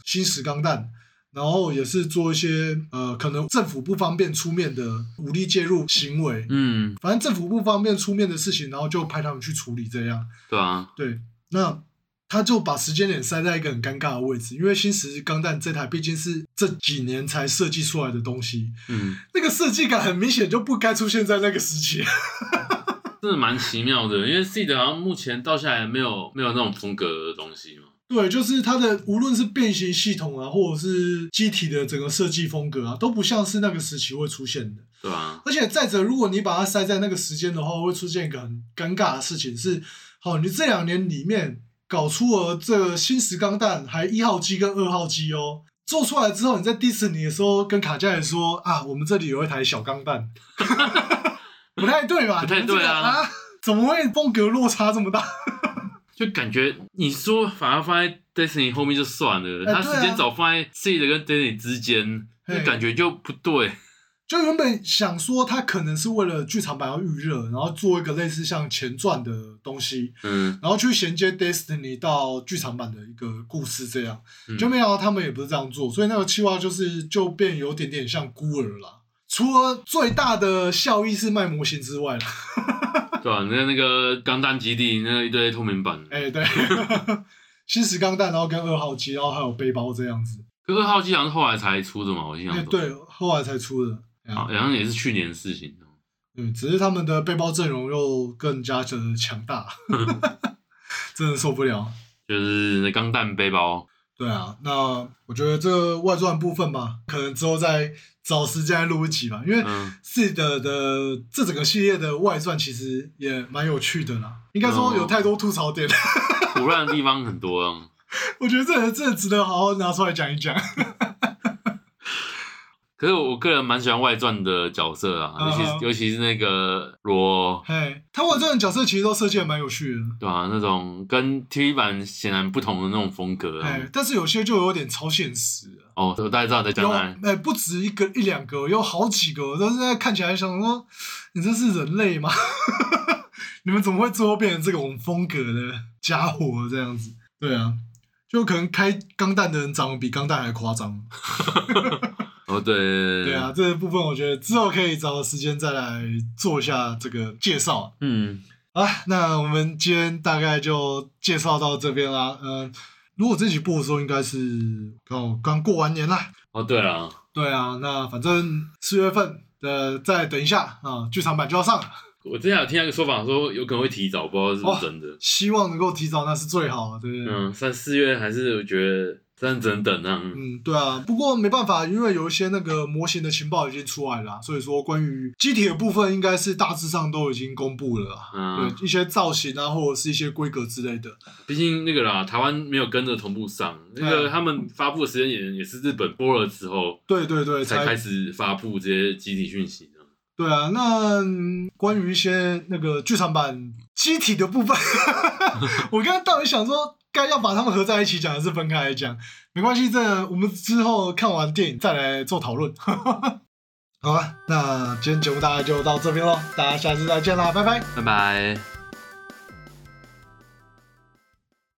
B: 新石钢弹。然后也是做一些呃，可能政府不方便出面的武力介入行为，
C: 嗯，
B: 反正政府不方便出面的事情，然后就派他们去处理这样。
C: 对啊，
B: 对，那他就把时间点塞在一个很尴尬的位置，因为新石钢弹这台毕竟是这几年才设计出来的东西，
C: 嗯，
B: 那个设计感很明显就不该出现在那个时期。 [LAUGHS]
C: 真的蛮奇妙的，因为 C 的好像目前到下来没有没有那种风格的东西嘛。
B: 对，就是它的无论是变形系统啊，或者是机体的整个设计风格啊，都不像是那个时期会出现的。
C: 对啊，
B: 而且再者，如果你把它塞在那个时间的话，会出现一个很尴尬的事情是，好，你这两年里面搞出了这个新石钢弹，还一号机跟二号机哦，做出来之后，你在迪士尼的时候跟卡加里说啊，我们这里有一台小钢
C: [LAUGHS]
B: 弹，不太对吧？
C: 不太
B: 你们这个
C: 对啊
B: 啊，怎么会风格落差这么大？
C: 就感觉你说反而放在 Destiny 后面就算了，
B: 哎
C: 他
B: 对啊
C: 时间早放在 C 的跟 Destiny 之间，
B: 嘿
C: 就感觉就不对。
B: 就原本想说，它可能是为了剧场版要预热，然后做一个类似像前传的东西，
C: 嗯，
B: 然后去衔接 Destiny 到剧场版的一个故事，这样
C: 嗯
B: 就没想到他们也不是这样做，所以那个企划就是就变有点点像孤儿啦。除了最大的效益是卖模型之外啦， [LAUGHS]
C: 对啊，那那个钢弹基地那一
B: 哎
C: 堆透明板，
B: [LAUGHS] 哎、对，新石钢弹，然后跟二号机，然后还有背包这样子，
C: 可是二号机好像是后来才出的嘛，啊我印象
B: 哎，
C: 中。
B: 对，后来才出的。哎呀
C: 好，好像也是去年的事情。哦
B: 对，只是他们的背包阵容又更加的强
C: [LAUGHS]
B: 大， [LAUGHS] 真的受不了。
C: 就是那钢弹背包，
B: 对啊，那我觉得这个外传部分吧，可能之后再找时间来录一集吧，因为
C: 嗯
B: Seed 的的这整个系列的外传其实也蛮有趣的啦，应该说有太多吐槽点，了， [LAUGHS]
C: 腐烂的地方很多啊。
B: 我觉得这这值得好好拿出来讲一讲。
C: 可是我个人蛮喜欢外传的角色啊，
B: 嗯
C: 尤其
B: 嗯
C: 是尤其是那个罗，
B: 嘿，他外传的角色其实都设计的蛮有趣的，
C: 对吧、那种跟 TV 版显然不同的那种风格啊。
B: 哎，但是有些就有点超现实了。
C: 哦，我大概知道你在讲
B: 有
C: 哪里。
B: 哎，不止一个一两个，有好几个，但是看起来想说，你这是人类吗？ [LAUGHS] 你们怎么会最后变成这种风格的家伙这样子？对啊，就可能开钢弹的人长得比钢弹还夸张。
C: 哦，对对
B: 对啊，，这个部分我觉得之后可以找时间再来做一下这个介绍
C: 嗯，
B: 啊。那我们今天大概就介绍到这边啦。嗯、如果这集播的时候应该是刚刚过完年啦。
C: 哦对了，
B: 对啊，那反正四月份呃，再等一下啊、剧场版就要上了，
C: 我之前有听到一个说法，说有可能会提早，不知道是不是真的。
B: 希望能够提早，那是最好的，对不对？嗯
C: 嗯，三四月还是我觉得但只能等啊。
B: 对啊，不过没办法，因为有一些那个模型的情报已经出来了啊，所以说关于机体的部分应该是大致上都已经公布了啊，
C: 嗯
B: 对一些造型啊，或者是一些规格之类的，
C: 毕竟那个啦，台湾没有跟着同步上，那
B: 嗯
C: 个他们发布的时间也也是日本播了之后
B: 对对对，
C: 才
B: 才
C: 开始发布这些集体讯息的。
B: 对啊，那、嗯关于一些那个剧场版机体的部分， [LAUGHS] 我刚刚到底想说，该要把它们合在一起讲，还是分开来讲？没关系，这我们之后看完电影再来做讨论。 [LAUGHS] 好啊，那今天节目大概就到这边喽，大家下次再见啦，拜拜。
C: 拜拜。